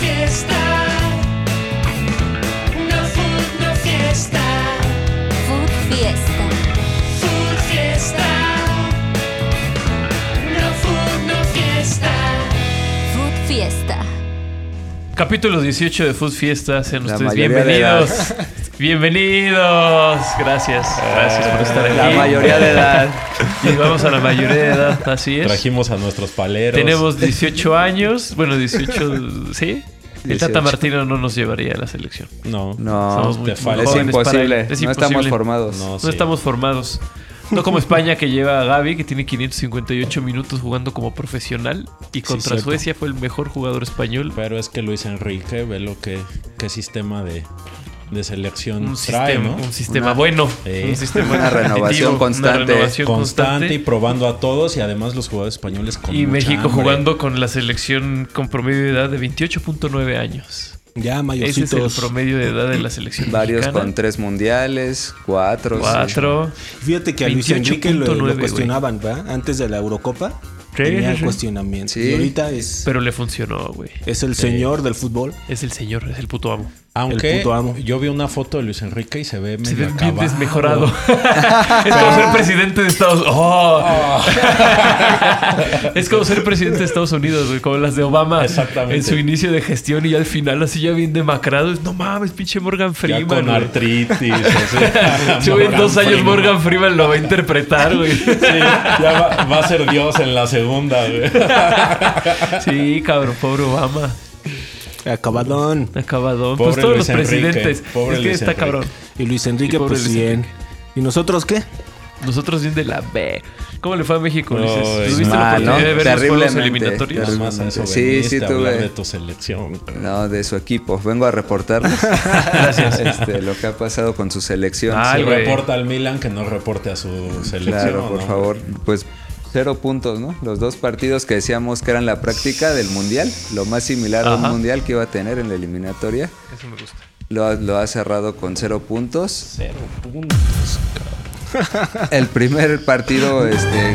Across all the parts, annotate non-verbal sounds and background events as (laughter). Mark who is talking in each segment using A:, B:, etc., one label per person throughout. A: fiesta. No food, no fiesta.
B: Food Fiesta.
A: Food fiesta. No food, no fiesta.
B: Food Fiesta.
C: Capítulo 18 de Food Fiesta. Sean
D: La
C: ustedes
D: mayoría de edad.
C: bienvenidos. (laughs) Bienvenidos.
D: (laughs)
C: Gracias. Gracias por estar aquí.
D: La mayoría de
C: (laughs)
D: edad.
C: Llegamos a la mayoría de edad. Así es.
E: Trajimos a nuestros paleros.
C: Tenemos 18 años. Bueno, 18. ¿Sí? El
D: 18.
C: Tata Martino no nos llevaría a la selección.
E: No.
D: No,
C: Somos muy-
E: te falta.
D: es,
C: jóvenes para
D: imposible.
C: él. Es
D: No estamos
C: imposible.
D: formados.
E: No,
C: No
E: sí.
C: estamos formados. No como España que lleva a Gaby, que tiene 558 minutos jugando como profesional. Y contra
E: cierto.
C: Suecia fue el mejor jugador español.
E: Pero es que Luis Enrique ve lo que qué sistema de, de selección
C: Un
E: trae,
C: sistema,
E: ¿no?
C: un sistema
D: Una-
C: bueno.
E: Sí.
C: Un sistema
D: Una
C: competitivo,
D: (laughs) renovación constante.
C: renovación
E: Constante y
C: constante.
E: probando a todos y además los jugadores españoles con
C: Y
E: mucha
C: México
E: hambre.
C: jugando con la selección con promedio de edad de 28.9 años.
F: Ya,
C: Ese es el
F: mayorcitos.
C: promedio de edad de la selección
D: Varios
C: mexicana.
D: con tres mundiales, cuatro. sí.
C: Cuatro.
F: Fíjate que a Luis Enrique lo, lo
C: 28.9, güey.
F: cuestionaban, ¿verdad? Antes de la Eurocopa.
C: Sí,
F: tenía
C: sí, sí.
F: cuestionamiento.
D: Sí.
F: Y ahorita es,
C: Pero le funcionó, güey.
F: es el señor del fútbol.
C: Es el señor, es el puto amo.
E: Aunque
F: El puto amo.
E: yo vi una foto de Luis Enrique y se ve medio
C: Se ve bien
E: acabado.
C: desmejorado.
E: (laughs)
C: (laughs) es como ser presidente de Estados Unidos.
E: ¡Oh!
C: (laughs) es como ser presidente de Estados Unidos, güey, como las de Obama.
E: Exactamente.
C: En su inicio de gestión y ya al final así ya bien demacrado. No mames, pinche Morgan
E: Ya
C: Freeman.
E: con
C: güey.
E: artritis. así.
C: Sí, güey, en
E: Morgan
C: dos años
E: Freeman.
C: Morgan Freeman lo va a interpretar,
E: (laughs)
C: güey.
E: Sí, ya va, va a ser Dios en la segunda, güey.
C: Sí, cabrón, pobre Obama.
F: Eh, Acabadón.
C: Acabadón.
E: Pobre
C: pues todos los
E: Luis Enrique,
C: presidentes.
E: pobre
C: es que
E: Luis
C: está
E: Enrique.
C: cabrón.
F: Y Luis
C: Y
F: Enrique,
C: pobre
F: pues
C: Luis
F: bien. ¿Y nosotros qué?
C: Nosotros bien de la B. ¿Cómo le fue a México, Ulises?
E: Ay,
C: ¿Tuviste la
D: mal, ¿no?
C: oportunidad de ver los juegos
D: Terriblemente.
C: eliminatorios?
E: Nada más a eso
D: Sí,
E: veniste,
D: sí,
E: a
D: tuve.
E: hablar de tu selección.
D: No, de su equipo. Vengo
C: (laughs)
D: a reportarles. Gracias. (laughs) Este, lo que ha pasado con su selección.
C: Ah,
E: Si
C: Ay, güey.
E: reporta al Milan que no reporte a su selección.
D: Claro, por
E: ¿no?
D: favor. Pues cero puntos, ¿no? Los dos partidos que decíamos que eran la práctica del Mundial, lo más similar a un
C: Ajá.
D: Mundial que iba a tener en la eliminatoria,
C: Eso me gusta.
D: lo, ha- lo ha cerrado con cero puntos.
E: Cero puntos.
D: El primer partido este,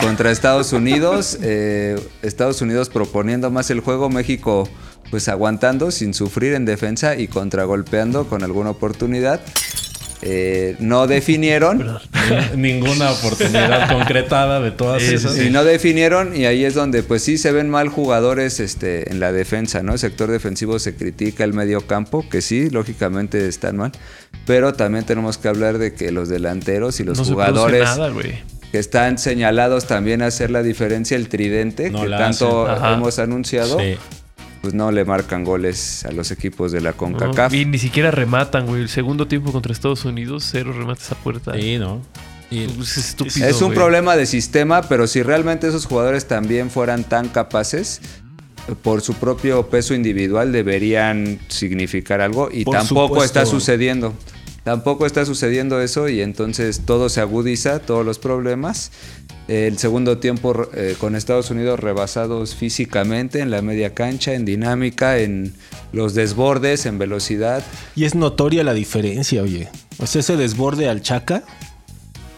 D: contra Estados Unidos, eh, Estados Unidos proponiendo más el juego, México pues aguantando sin sufrir en defensa y contragolpeando con alguna oportunidad. Eh, no definieron.
E: Ninguna oportunidad concretada de todas
C: Sí, sí,
E: esas.
D: Y no definieron y ahí es donde pues sí se ven mal jugadores este, en la defensa, ¿no? El sector defensivo se critica, el medio campo, que sí, lógicamente están mal, pero también tenemos que hablar de que los delanteros y los
C: no
D: jugadores
C: se produce nada, güey.
D: que están señalados también a hacer la diferencia, el tridente,
E: No
D: que
E: la
D: tanto
C: hacen. Ajá.
D: hemos anunciado,
E: Sí.
D: pues no le marcan goles a los equipos de la
C: No,
D: CONCACAF.
C: y ni siquiera rematan, güey. El segundo tiempo contra Estados Unidos, cero remates a puerta.
E: Sí, ¿no? Y
C: Pues es estúpido.
D: Es un
C: güey.
D: problema de sistema, pero si realmente esos jugadores también fueran tan capaces, por su propio peso individual deberían significar algo y
F: Por
D: tampoco
F: supuesto.
D: está sucediendo. Tampoco está sucediendo eso y entonces todo se agudiza, todos los problemas. El segundo tiempo eh, con Estados Unidos rebasados físicamente en la media cancha, en dinámica, en los desbordes, en velocidad.
F: Y es notoria la diferencia, oye. O sea, ese desborde al Chaca,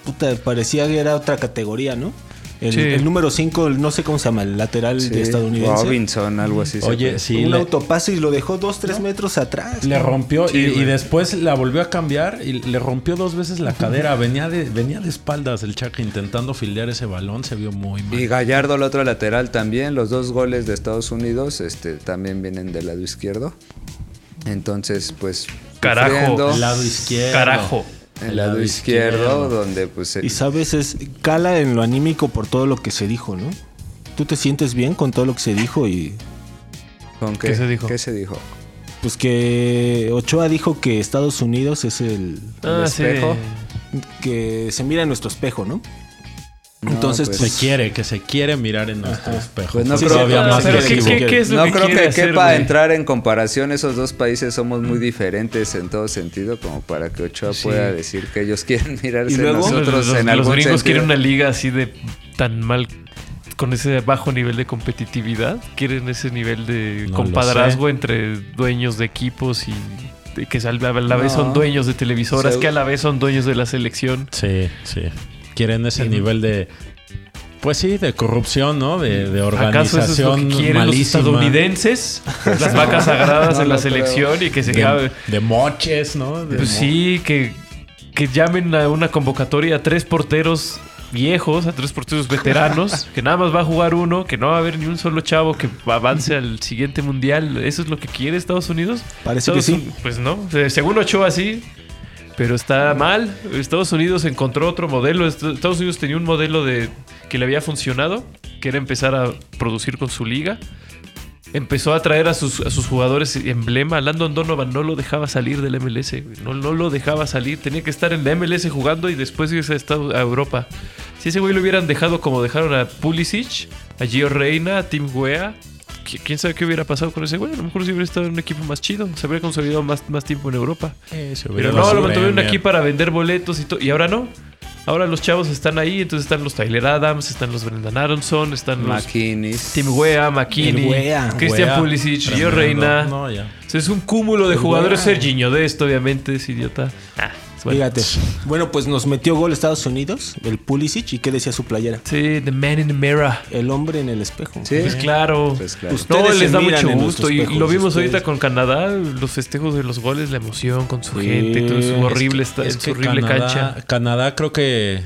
F: puta, parecía que era otra categoría, ¿no? El,
C: Sí.
F: el número 5, no sé cómo se llama, el lateral
D: Sí,
F: de estadounidense.
D: Robinson, algo así. se
E: Oye,
D: llama.
E: sí,
F: un
E: le,
F: autopase y lo dejó dos, tres metros atrás.
E: le rompió
C: Sí,
E: y, y
C: güey.
E: después la volvió a cambiar y le rompió dos veces la cadera. Venía de, venía de espaldas el Chaca intentando fildear ese balón. Se vio muy
D: Y
E: mal.
D: Gallardo, el otro lateral también. Los dos goles de Estados Unidos este, también vienen del lado izquierdo. Entonces, pues.
C: Carajo,
D: sufriendo.
E: El lado izquierdo.
C: Carajo.
D: El lado izquierdo, donde pues. el-
F: Y sabes, es cala en lo anímico por todo lo que se dijo, ¿no? Tú te sientes bien con todo lo que se dijo y
D: ¿con
C: ¿Qué se dijo?
D: ¿Qué se dijo?
F: pues que Ochoa dijo que Estados Unidos es el
C: Ah, sí.
D: espejo.
F: que se mira en nuestro espejo, ¿no?
D: No,
F: Entonces,
D: pues,
E: Se quiere, que se quiere mirar en nuestro espejo.
D: Pues no
E: Fue
D: creo-
E: todavía
C: Ah,
E: más
C: pero ¿qué,
E: agresivo.
C: qué- qué es lo
D: No
C: que
D: creo que
C: quiere hacer,
D: quepa
C: güey?
D: entrar en comparación. Esos dos países somos muy diferentes en todo sentido, como para que Ochoa
C: Sí.
D: pueda decir que ellos (laughs) quieren mirarse
F: Y luego-
D: nosotros
C: los, los-
D: en
C: los
D: algún
C: gringos
D: sentido.
C: quieren una liga así de tan mal con ese bajo nivel de competitividad, quieren ese nivel de
E: No lo
C: compadrazgo entre dueños de equipos y de que a la, a la vez
D: No.
C: son dueños de televisoras,
D: Seu-
C: que a la vez son dueños de la selección.
E: Sí, sí. Quieren ese nivel de Pues sí, de corrupción, ¿no? De, de
C: ¿Acaso eso es lo que
E: organización
C: quieren los
E: malísima.
C: estadounidenses? Las vacas sagradas
D: No
C: en
D: lo
C: la
D: creo.
C: selección y que se
E: de,
C: acabe.
E: de moches, ¿no? De
C: Pues
E: mo-
C: sí, que, que llamen a una convocatoria a tres porteros viejos, a tres porteros veteranos, que nada más va a jugar uno, que no va a haber ni un solo chavo que avance al siguiente mundial. ¿Eso es lo que quiere Estados Unidos?
F: Parece que
C: Estados
F: sí.
C: Un- Pues no, O sea, según Ochoa sí, pero está mal. Estados Unidos encontró otro modelo. Est- Estados Unidos tenía un modelo de que le había funcionado, que era empezar a producir con su liga. Empezó a traer a sus, a sus jugadores emblema. Landon Donovan no lo dejaba salir del MLS. güey. No, no lo dejaba salir. Tenía que estar en la MLS jugando y después irse a, Estados- a Europa. Si ese güey lo hubieran dejado como dejaron a Pulisic, a Gio Reina, a Tim Weah, qui- quién sabe qué hubiera pasado con ese güey. A lo mejor si hubiera estado en un equipo más chido. Se habría consolidado más, más tiempo en Europa.
E: Eh, se hubiera
C: Pero no,
E: dado
C: lo
E: su
C: mantuvieron
E: premio.
C: aquí para vender boletos y todo. Y ahora no. Ahora los chavos están ahí. Entonces están los Tyler Adams, están los Brendan Aronson, están los
D: Maquinis.
C: Tim Wea, McKinney,
F: El Wea.
E: Wea,
C: Christian Pulisic, Gio
E: tremendo.
C: Reina.
E: No, ya.
C: O sea, es un cúmulo de jugadores. Sergiño de esto, obviamente, es idiota. Ah, bueno.
F: Fíjate. Bueno, pues nos metió gol Estados Unidos, el Pulisic, ¿y qué decía su playera?
C: Sí, The Man in the Mirror.
F: El hombre en el espejo.
D: Sí.
C: Pues claro.
D: Pues claro.
F: Ustedes
C: no,
F: se
C: les da
F: miran
C: mucho
F: en
C: gusto.
F: nuestros
C: Y
F: espejos,
C: lo vimos
F: ustedes.
C: ahorita con Canadá, los festejos de los goles, la emoción con su
F: Sí,
C: gente, todo su horrible, esta-
E: Es
C: su
E: que
C: horrible
E: Canadá-
C: cancha.
E: Canadá creo que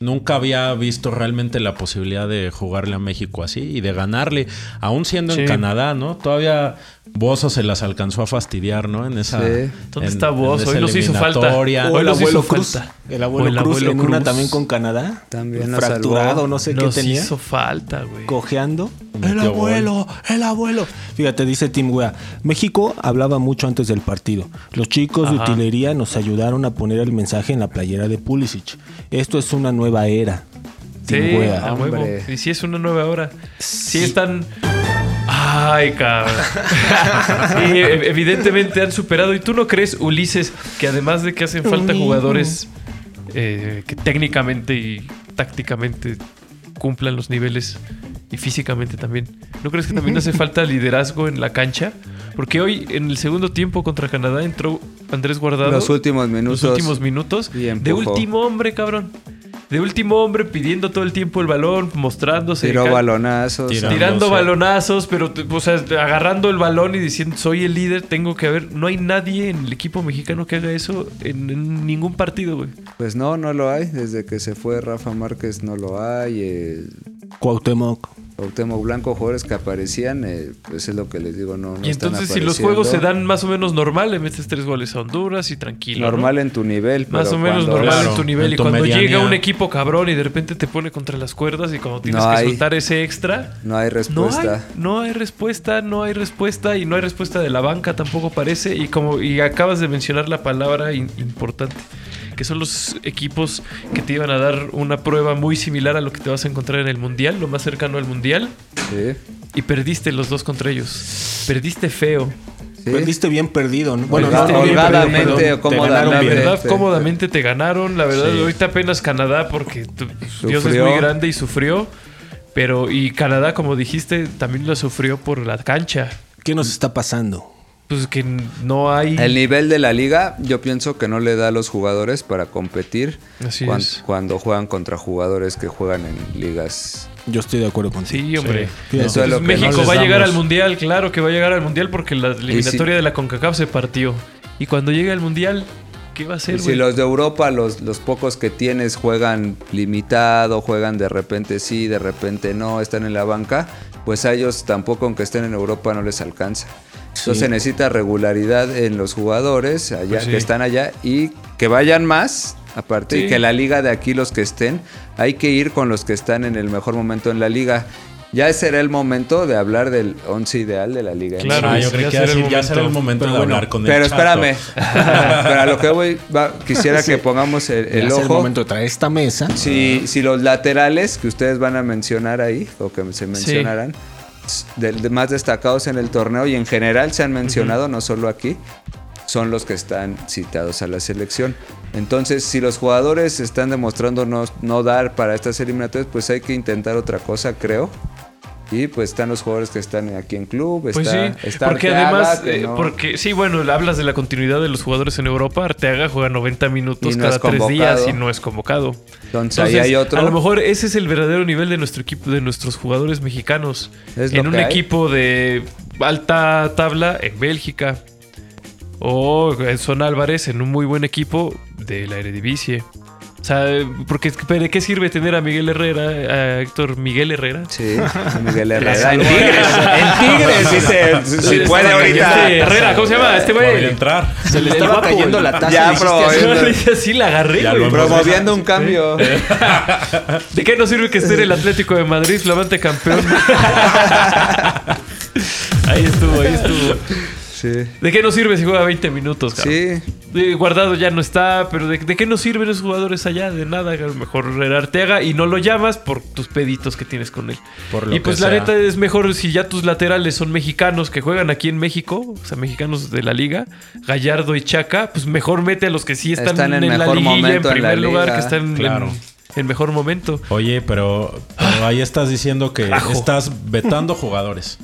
E: nunca había visto realmente la posibilidad de jugarle a México así y de ganarle, aún siendo
C: Sí.
E: en Canadá, ¿no? Todavía Bozo se las alcanzó a fastidiar, ¿no? En esa.
D: Sí.
C: ¿Dónde
E: en-
C: está Bozo?
E: esa
C: Hoy nos hizo falta.
E: eliminatoria. Ah,
F: O
C: Hoy
F: el
C: nos
F: abuelo
C: hizo
F: Cruz.
C: falta.
F: El abuelo,
C: O el
F: Cruz
C: abuelo
F: en una
C: Cruz.
F: también con Canadá. Pues
D: También nos
F: fracturado,
D: salvó.
F: no sé
C: Nos
F: qué tenía.
C: hizo falta, güey.
F: cojeando. El
E: Metió gol.
F: abuelo, el abuelo. Fíjate, dice Tim Wea. México hablaba mucho antes del partido. Los chicos de
C: Ajá.
F: utilería nos ayudaron a poner el mensaje en la playera de Pulisic. Esto es una nueva era. Tim
C: Sí,
F: Wea.
C: a huevo.
D: hombre.
C: Y sí es una nueva hora. Sí,
F: Sí.
C: están. Ay, cabrón. Sí, e- evidentemente han superado. ¿Y tú no crees, Ulises, que además de que hacen falta jugadores eh, que técnicamente y tácticamente cumplan los niveles y físicamente también, ¿no crees que también hace falta liderazgo en la cancha? Porque hoy, en el segundo tiempo contra Canadá, entró Andrés Guardado.
D: Los últimos minutos.
C: Los últimos minutos.
D: Y empujó.
C: De último hombre, cabrón. De último hombre pidiendo todo el tiempo el balón, mostrándose.
D: Tiró
C: ca-
D: balonazos.
E: Tiró.
C: Tirando
E: Tirándose.
C: balonazos, pero t- o sea, agarrando el balón y diciendo soy el líder, tengo que haber. No hay nadie en el equipo mexicano que haga eso en, en ningún partido, güey.
D: Pues no, no lo hay. Desde que se fue Rafa Márquez no lo hay. Eh,
F: Cuauhtémoc.
D: Cuauhtémoc Blanco, jugadores que aparecían, eh, pues es lo que les digo, no, no
C: y
D: están
C: entonces, si los
D: apareciendo.
C: juegos se dan más o menos normal, le metes tres goles a Honduras y tranquilo. ¿no?
D: Normal en tu nivel.
C: Más
D: pero
C: o menos
D: cuando-
C: normal
E: Claro,
C: en tu nivel.
E: en
C: y
E: tu
C: cuando
E: medianía.
C: llega un equipo cabrón y de repente te pone contra las cuerdas y cuando tienes
D: No
C: que
D: hay.
C: soltar ese extra,
D: No
C: No
D: hay
C: hay,
D: respuesta.
C: no hay respuesta, no hay respuesta y no hay respuesta de la banca tampoco parece y como y acabas de mencionar la palabra in- importante que son los equipos que te iban a dar una prueba muy similar a lo que te vas a encontrar en el mundial, lo más cercano al mundial
D: Sí,
C: y perdiste los dos contra ellos, perdiste feo,
D: sí.
F: Perdiste bien perdido, ¿no? Bueno,
C: Perdiste
F: no,
C: bien
F: holgadamente
C: perdido.
F: te
D: Cómodamente.
F: ganaron
C: la
F: bien.
C: verdad
D: sí.
C: cómodamente te ganaron, la verdad
E: Sí.
C: ahorita apenas Canadá porque tu- Dios es
D: Sufrió.
C: muy grande y sufrió, pero y Canadá como dijiste también lo sufrió por la cancha.
F: ¿Qué nos está pasando?
C: Pues que no hay.
D: El nivel de la liga, yo pienso que no le da a los jugadores para competir
C: Así
D: cuan-
C: es.
D: cuando juegan contra jugadores que juegan en ligas.
F: Yo estoy de acuerdo contigo.
C: Sí, hombre.
E: Sí.
F: Fíjate.
D: Eso es lo
C: Entonces,
D: que
C: México
E: no les
C: va a llegar
E: damos.
C: al mundial, claro que va a llegar al mundial porque la eliminatoria de la CONCACAF se partió. Y cuando llegue al mundial, ¿qué va a
D: Y
C: hacer,
D: si
C: güey?
D: los de Europa, los, los pocos que tienes, juegan limitado, juegan de repente sí, de repente no, están en la banca, pues a ellos tampoco, aunque estén en Europa, no les alcanza. Entonces se necesita regularidad en los jugadores allá
C: Pues sí.
D: que están allá y que vayan más, aparte,
C: Sí.
D: y que la liga de aquí, los que estén, hay que ir con los que están en el mejor momento en la liga. Ya será el momento de hablar del once ideal de la liga. MX.
C: Claro,
E: Ah,
C: ya
E: yo creo que
C: será
E: ya,
C: el
E: sí, ya será el
C: momento.
E: momento
F: Pero
E: de
F: bueno,
E: hablar con el
D: Pero
E: chato. (laughs)
D: espérame, para lo que voy, va- quisiera que pongamos el, el
F: Ya es el
D: ojo.
F: momento de traer esta mesa.
D: Si, si los laterales que ustedes van a mencionar ahí, o que se mencionarán, s- del- de más destacados en el torneo y en general se han mencionado, no solo aquí, son los que están citados a la selección. Entonces, si los jugadores están demostrando no, no dar para estas eliminatorias, pues hay que intentar otra cosa, creo. Y pues están los jugadores que están aquí en club.
C: Pues
D: está,
C: sí,
D: está
C: porque
D: Arteaga,
C: además,
D: que
C: eh,
D: no-
C: porque sí, bueno, hablas de la continuidad de los jugadores en Europa. Arteaga juega 90 minutos
D: Y no
C: cada
D: es
C: tres días
D: convocado.
C: y no es convocado.
D: Entonces, ahí hay otro.
C: A lo mejor ese es el verdadero nivel de nuestro equipo, de nuestros jugadores mexicanos.
D: Es lo
C: en un
D: que hay.
C: equipo de alta tabla en Bélgica. O Son Álvarez en un muy buen equipo de la Eredivisie. O sea, porque ¿de qué sirve tener a Miguel Herrera, a Héctor Miguel Herrera?
D: Sí, Miguel Herrera.
C: En
D: En
C: Tigres,
D: Tigres, en Tigres, dice, si puede ahorita.
C: Este Herrera, ¿cómo se llama? Este
E: Va a venir a
C: güey.
E: entrar.
F: Se le
C: El
F: estaba
C: guapo,
F: cayendo
C: güey.
F: la taza.
D: Ya,
F: dijiste
D: bro,
F: así.
D: eh.
C: Sí, la agarré.
E: Ya lo
C: güey.
E: hemos-
D: Promoviendo un cambio.
C: ¿De qué nos sirve que esté en el Atlético de Madrid, flamante
E: (laughs)
C: campeón? ahí estuvo, ahí estuvo.
D: Sí.
C: ¿De qué nos sirve si juega 20 minutos? cabrón?
D: Sí,
C: Eh, Guardado ya no está, pero ¿de, de qué nos sirven esos jugadores allá? De nada, a lo mejor era Arteaga y no lo llamas por tus peditos que tienes con él.
E: Por lo
C: y pues
E: que
C: la
E: sea.
C: neta es mejor si ya tus laterales son mexicanos que juegan aquí en México, o sea, mexicanos de la liga, Gallardo y Chaca, pues mejor mete a los que sí están,
D: Están en
C: en, la
D: mejor
C: liguilla en
D: momento en
C: primer
D: la
C: lugar,
D: liga.
C: que están en-
E: Claro.
C: en mejor momento.
E: Oye, pero, pero ahí estás diciendo que
C: Carajo.
E: estás
C: (laughs)
E: vetando jugadores.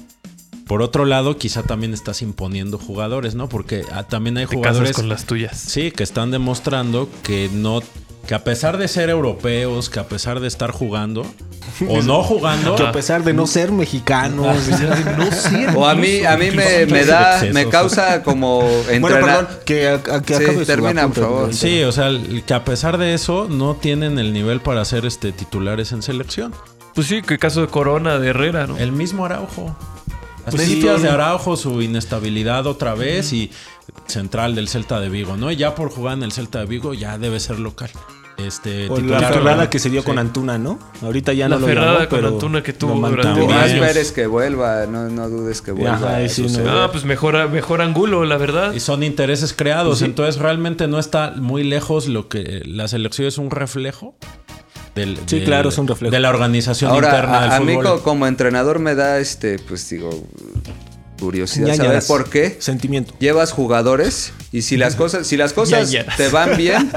E: Por otro lado, quizá también estás imponiendo jugadores, ¿no? Porque ah, también hay
C: Te casas
E: jugadores
C: con las tuyas.
E: sí, que están demostrando que no que a pesar de ser europeos, que a pesar de estar jugando
C: (laughs)
E: o no jugando,
F: Que a pesar de no ser este, mexicanos.
E: (laughs)
C: No sirve.
D: o a mí, a mí me, me da, me causa como
F: Bueno, perdón,
D: entrenar.
F: que, a- a- que
D: Sí,
F: acabe su
D: termina,
F: apunte,
D: por favor.
F: ¿no?
E: sí, o sea, el- que a pesar de eso no tienen el nivel para ser este titulares en selección.
C: Pues sí, que caso de Corona, de Herrera, ¿no?
E: El mismo Araujo. Las
F: Pues sí,
E: críticas de
F: ¿no?
E: Araujo, su inestabilidad otra vez y central del Celta de Vigo, ¿no? Y ya por jugar en el Celta de Vigo ya debe ser local. Este,
F: O
E: titular.
F: la ferrada que se dio
E: Sí.
F: con Antuna, ¿no? Ahorita ya
C: La
F: no lo
C: ferrada
F: llamó,
C: con
F: pero
C: Antuna que
F: lo
C: tuvo durante
F: mantuvo.
D: No
C: años.
D: esperes que vuelva, no, no dudes que vuelva.
F: Ajá, y sí,
D: eso
F: no.
D: se-
C: Ah, pues mejor, mejor Angulo, la verdad.
E: Y son intereses creados, entonces realmente no está muy lejos lo que la selección es un reflejo del,
F: Sí,
E: del-
F: claro, es un reflejo.
E: de la organización
D: Ahora,
E: interna del
D: a, a mí
E: fútbol.
D: co- como entrenador me da este, pues digo,
F: Ah,
D: curiosidad saber
F: Ñañaras.
D: por qué
F: Sentimiento.
D: llevas jugadores y si las
C: (laughs)
D: cosas, si las cosas
C: Ñañaras.
D: te
C: (laughs)
D: van bien,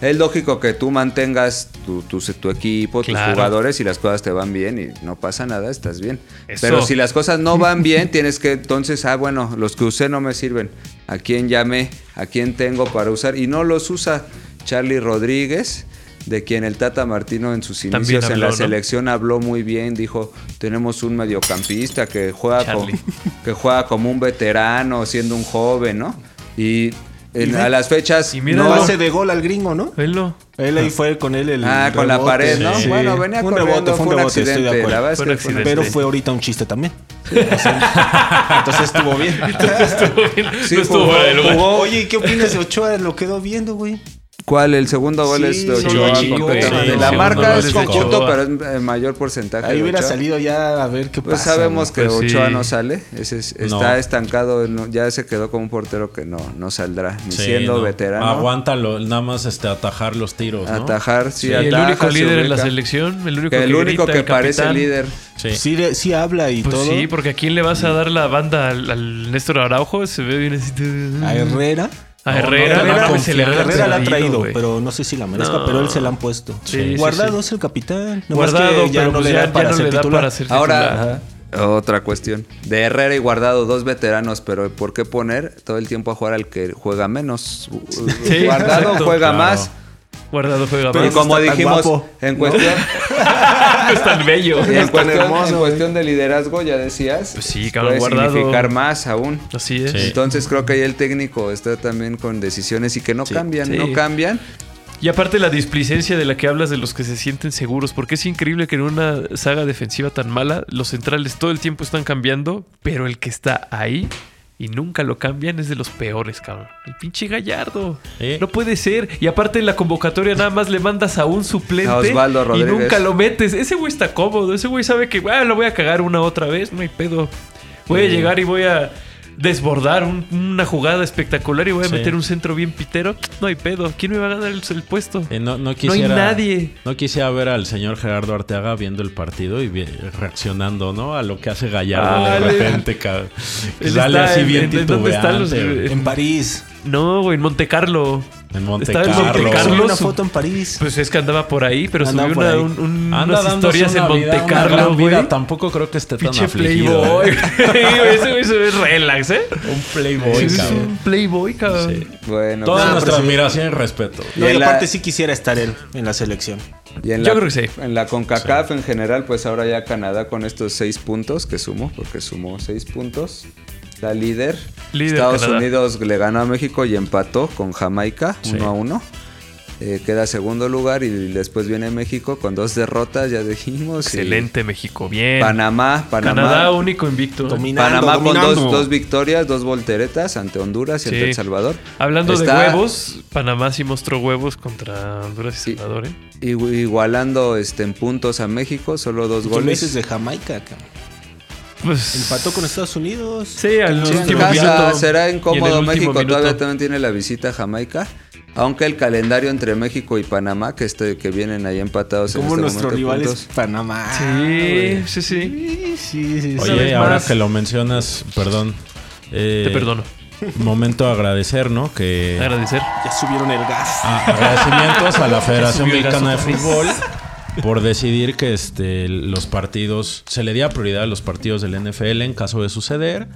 D: es lógico que tú mantengas tu, tu, tu equipo,
C: Claro.
D: tus jugadores y las cosas te van bien y no pasa nada, estás bien.
C: Eso.
D: Pero si las cosas no
C: (laughs)
D: van bien, tienes que entonces, ah, bueno, los que usé no me sirven. ¿A quién llamé? ¿A quién tengo para usar? Y no los usa Charlie Rodríguez. De quien el Tata Martino en sus
C: También
D: inicios en
C: habló,
D: la
C: ¿no?
D: selección habló muy bien, dijo, tenemos un mediocampista que juega juega
C: Charlie.
D: como- que juega como un veterano, siendo un joven, ¿no? Y, en- a las fechas
C: y mira
D: no
F: No
C: lo-
F: hace de gol al gringo, ¿no?
C: Velo.
F: Él ahí fue con él el
D: Ah, con la
F: rebote.
D: pared, ¿no?
F: Sí.
D: Bueno, venía
F: Fue un
D: corriendo,
F: rebote,
D: fue un
F: rebote, estoy de
D: accidente,
F: acuerdo.
D: la verdad es
C: Fue un
D: que fue un
C: accidente.
F: Pero fue ahorita un chiste también. (laughs) O sea, entonces estuvo
C: (laughs)
F: bien.
D: Sí,
C: no estuvo
D: jugó,
C: fuera de lugar.
D: jugó.
F: Oye, ¿y ¿qué opinas de Ochoa? Lo quedó viendo, güey.
D: ¿Cuál? El segundo gol
F: Sí,
D: es de
F: sí,
D: Ochoa.
C: sí,
D: completamente.
E: sí,
D: la
E: sí,
D: marca
E: sí,
D: es
E: sí,
D: conjunto,
C: Ochoa.
D: pero es eh, mayor porcentaje.
F: Ahí
D: de
F: hubiera
D: Ochoa.
F: salido ya a ver qué
D: Pues
F: pasa.
D: sabemos
F: güey.
D: que
C: Pues sí.
D: Ochoa no sale, ese es-
E: No.
D: está estancado, no- ya se quedó como un portero que no, no saldrá, ni
E: Sí,
D: siendo
E: no.
D: veterano.
E: Aguántalo, nada más este atajar los tiros, ¿no?
D: Atajar, sí,
C: Y el
D: ataja,
C: único
D: se
C: líder en la
D: ubica.
C: selección. El único
D: Que
C: que,
D: el único
C: grita,
D: que
C: el
D: parece
C: capitán.
D: líder.
E: Sí.
F: Sí, le- sí habla y
C: Este, Pues
F: todo.
C: sí, porque ¿a quién le vas a dar la banda al, al Néstor Araujo? Se ve bien así.
F: A Herrera.
C: A
E: No, no,
C: Herrera,
E: Herrera,
C: no,
E: pues,
C: se le
E: Herrera
C: han
F: Herrera la ha
C: perdido,
F: traído,
C: güey.
F: pero no sé si la merezca,
C: No.
F: pero él se la han puesto.
C: Sí, sí,
F: Guardado
C: sí.
F: es el capitán. Nomás que
C: Guardado,
F: ya
C: pero
F: no
C: pues
F: le
C: ya
F: da para
C: ya no
F: ser
C: le da
F: titular.
C: para ser titular.
D: Ahora, otra cuestión. De Herrera y Guardado, dos veteranos, pero ¿por qué poner todo el tiempo a jugar al que juega
F: (laughs)
D: menos?
C: Sí,
D: Guardado
C: exacto.
D: juega
E: Claro.
D: más.
C: Guardado juega
D: Y
C: más. (laughs)
D: como
F: está tan
D: dijimos,
F: guapo,
D: en cuestión,
C: es tan bello.
D: y en
F: Está (laughs) tan
D: cuestión,
F: hermoso,
D: en
F: güey.
D: cuestión de liderazgo, ya decías,
C: Pues sí, cabrón,
D: puede
C: Guardado.
D: significar más aún.
C: Así es.
E: Sí.
D: Entonces creo que ahí el técnico está también con decisiones y que no cambian,
C: sí.
D: no cambian.
C: Y aparte la displicencia de la que hablas de los que se sienten seguros, porque es increíble que en una saga defensiva tan mala, los centrales todo el tiempo están cambiando, pero el que está ahí y nunca lo cambian es de los peores, cabrón. El pinche Gallardo.
E: Sí.
C: No puede ser. Y aparte en la convocatoria nada más le mandas a un suplente
D: A Osvaldo
C: y
D: Rodríguez.
C: nunca lo metes. Ese güey está cómodo, ese güey sabe que ah, lo voy a cagar una otra vez, no hay pedo. Voy a llegar y voy a desbordar un- una jugada espectacular y voy a
E: Sí.
C: meter un centro bien pitero. No hay pedo. ¿Quién me va a ganar el, el puesto?
E: Eh, no, no quisiera,
C: nadie.
E: No quisiera ver al señor Gerardo Arteaga viendo el partido y vi- reaccionando, ¿no? A lo que hace Gallardo
C: Ah,
E: de
C: él-
E: repente. cabrón.
C: él
E: Sale
C: está
E: así
C: en-
E: bien
C: en- ¿dónde están los-
E: titubeante. güey.
C: Pues
F: En París.
C: No, güey, en Monte Carlo.
E: En Monte
C: Estaba en
E: Carlo.
C: Monte
F: Carlos.
C: Carlos,
F: una
C: su-
F: foto en
C: (laughs)
F: París.
C: Pues es que andaba por ahí, pero
F: Andaba
C: subió
F: por
C: una-
F: ahí.
C: un- un-
E: Anda
C: unas
E: dándose
C: historias en
E: una vida,
C: Monte
E: una
C: Carlo,
E: gran vida.
C: güey.
E: Tampoco creo que esté tan
C: Pinche
E: afligido.
C: playboy.
E: ¿eh?
C: güey. (laughs) ese güey se ve relax, ¿eh?
E: Un (laughs) playboy,
C: es
E: cabrón.
C: un playboy, cabrón.
E: Sí.
D: Bueno,
E: Toda
D: pues,
E: nuestra admiración y respeto.
F: No,
D: Y
F: y
D: en la-
F: aparte sí quisiera estar él en la selección.
D: Y en
C: Yo creo que sí.
D: En la CONCACAF en general, pues ahora ya Canadá con estos seis puntos que sumó, porque sumó seis puntos. La líder.
C: Líder,
D: Estados
C: Canadá.
D: Unidos le ganó a México y empató con Jamaica,
E: Sí.
D: uno a uno. Eh, queda segundo lugar y después viene México con dos derrotas, ya dijimos. y
C: Excelente, México. Bien.
D: Panamá, Panamá.
C: Canadá único invicto. ¿eh?
F: Dominando,
D: Panamá con
F: dominando.
D: dos, dos victorias, dos volteretas ante Honduras y
C: Sí.
D: ante El Salvador.
C: Hablando
D: Está-
C: de huevos, Panamá sí mostró huevos contra Honduras y
D: Sí.
C: Salvador, ¿eh?
D: igu- Igualando este, en puntos a México, solo dos
F: Tú me
D: goles.
F: dices de Jamaica, cabrón.
C: Pues,
F: Empató con Estados Unidos.
C: Sí, al
D: Sí, en
C: último
D: casa
C: minuto.
D: será
C: Y en el
D: incómodo.
C: último
D: México
C: minuto.
D: todavía también tiene la visita a Jamaica. Aunque el calendario entre México y Panamá, que este, que vienen ahí empatados en
F: Como
D: este
F: nuestro
D: momento
F: rival es (laughs)
D: puntos.
F: Panamá.
C: Sí, sí, sí.
F: Ah, Sí, sí, sí.
C: Una
E: Oye,
C: vez
E: ahora
C: más.
E: que lo mencionas, perdón. eh,
C: Te perdono.
E: Momento a agradecer, ¿no? Que
C: Agradecer.
F: Ya subieron el gas.
E: Ah,
C: (laughs)
E: agradecimientos a la Federación
C: Subió el
E: Mexicana de
C: gasto.
E: Fútbol por decidir que este, los partidos, se le diera prioridad a los partidos del NFL en caso de suceder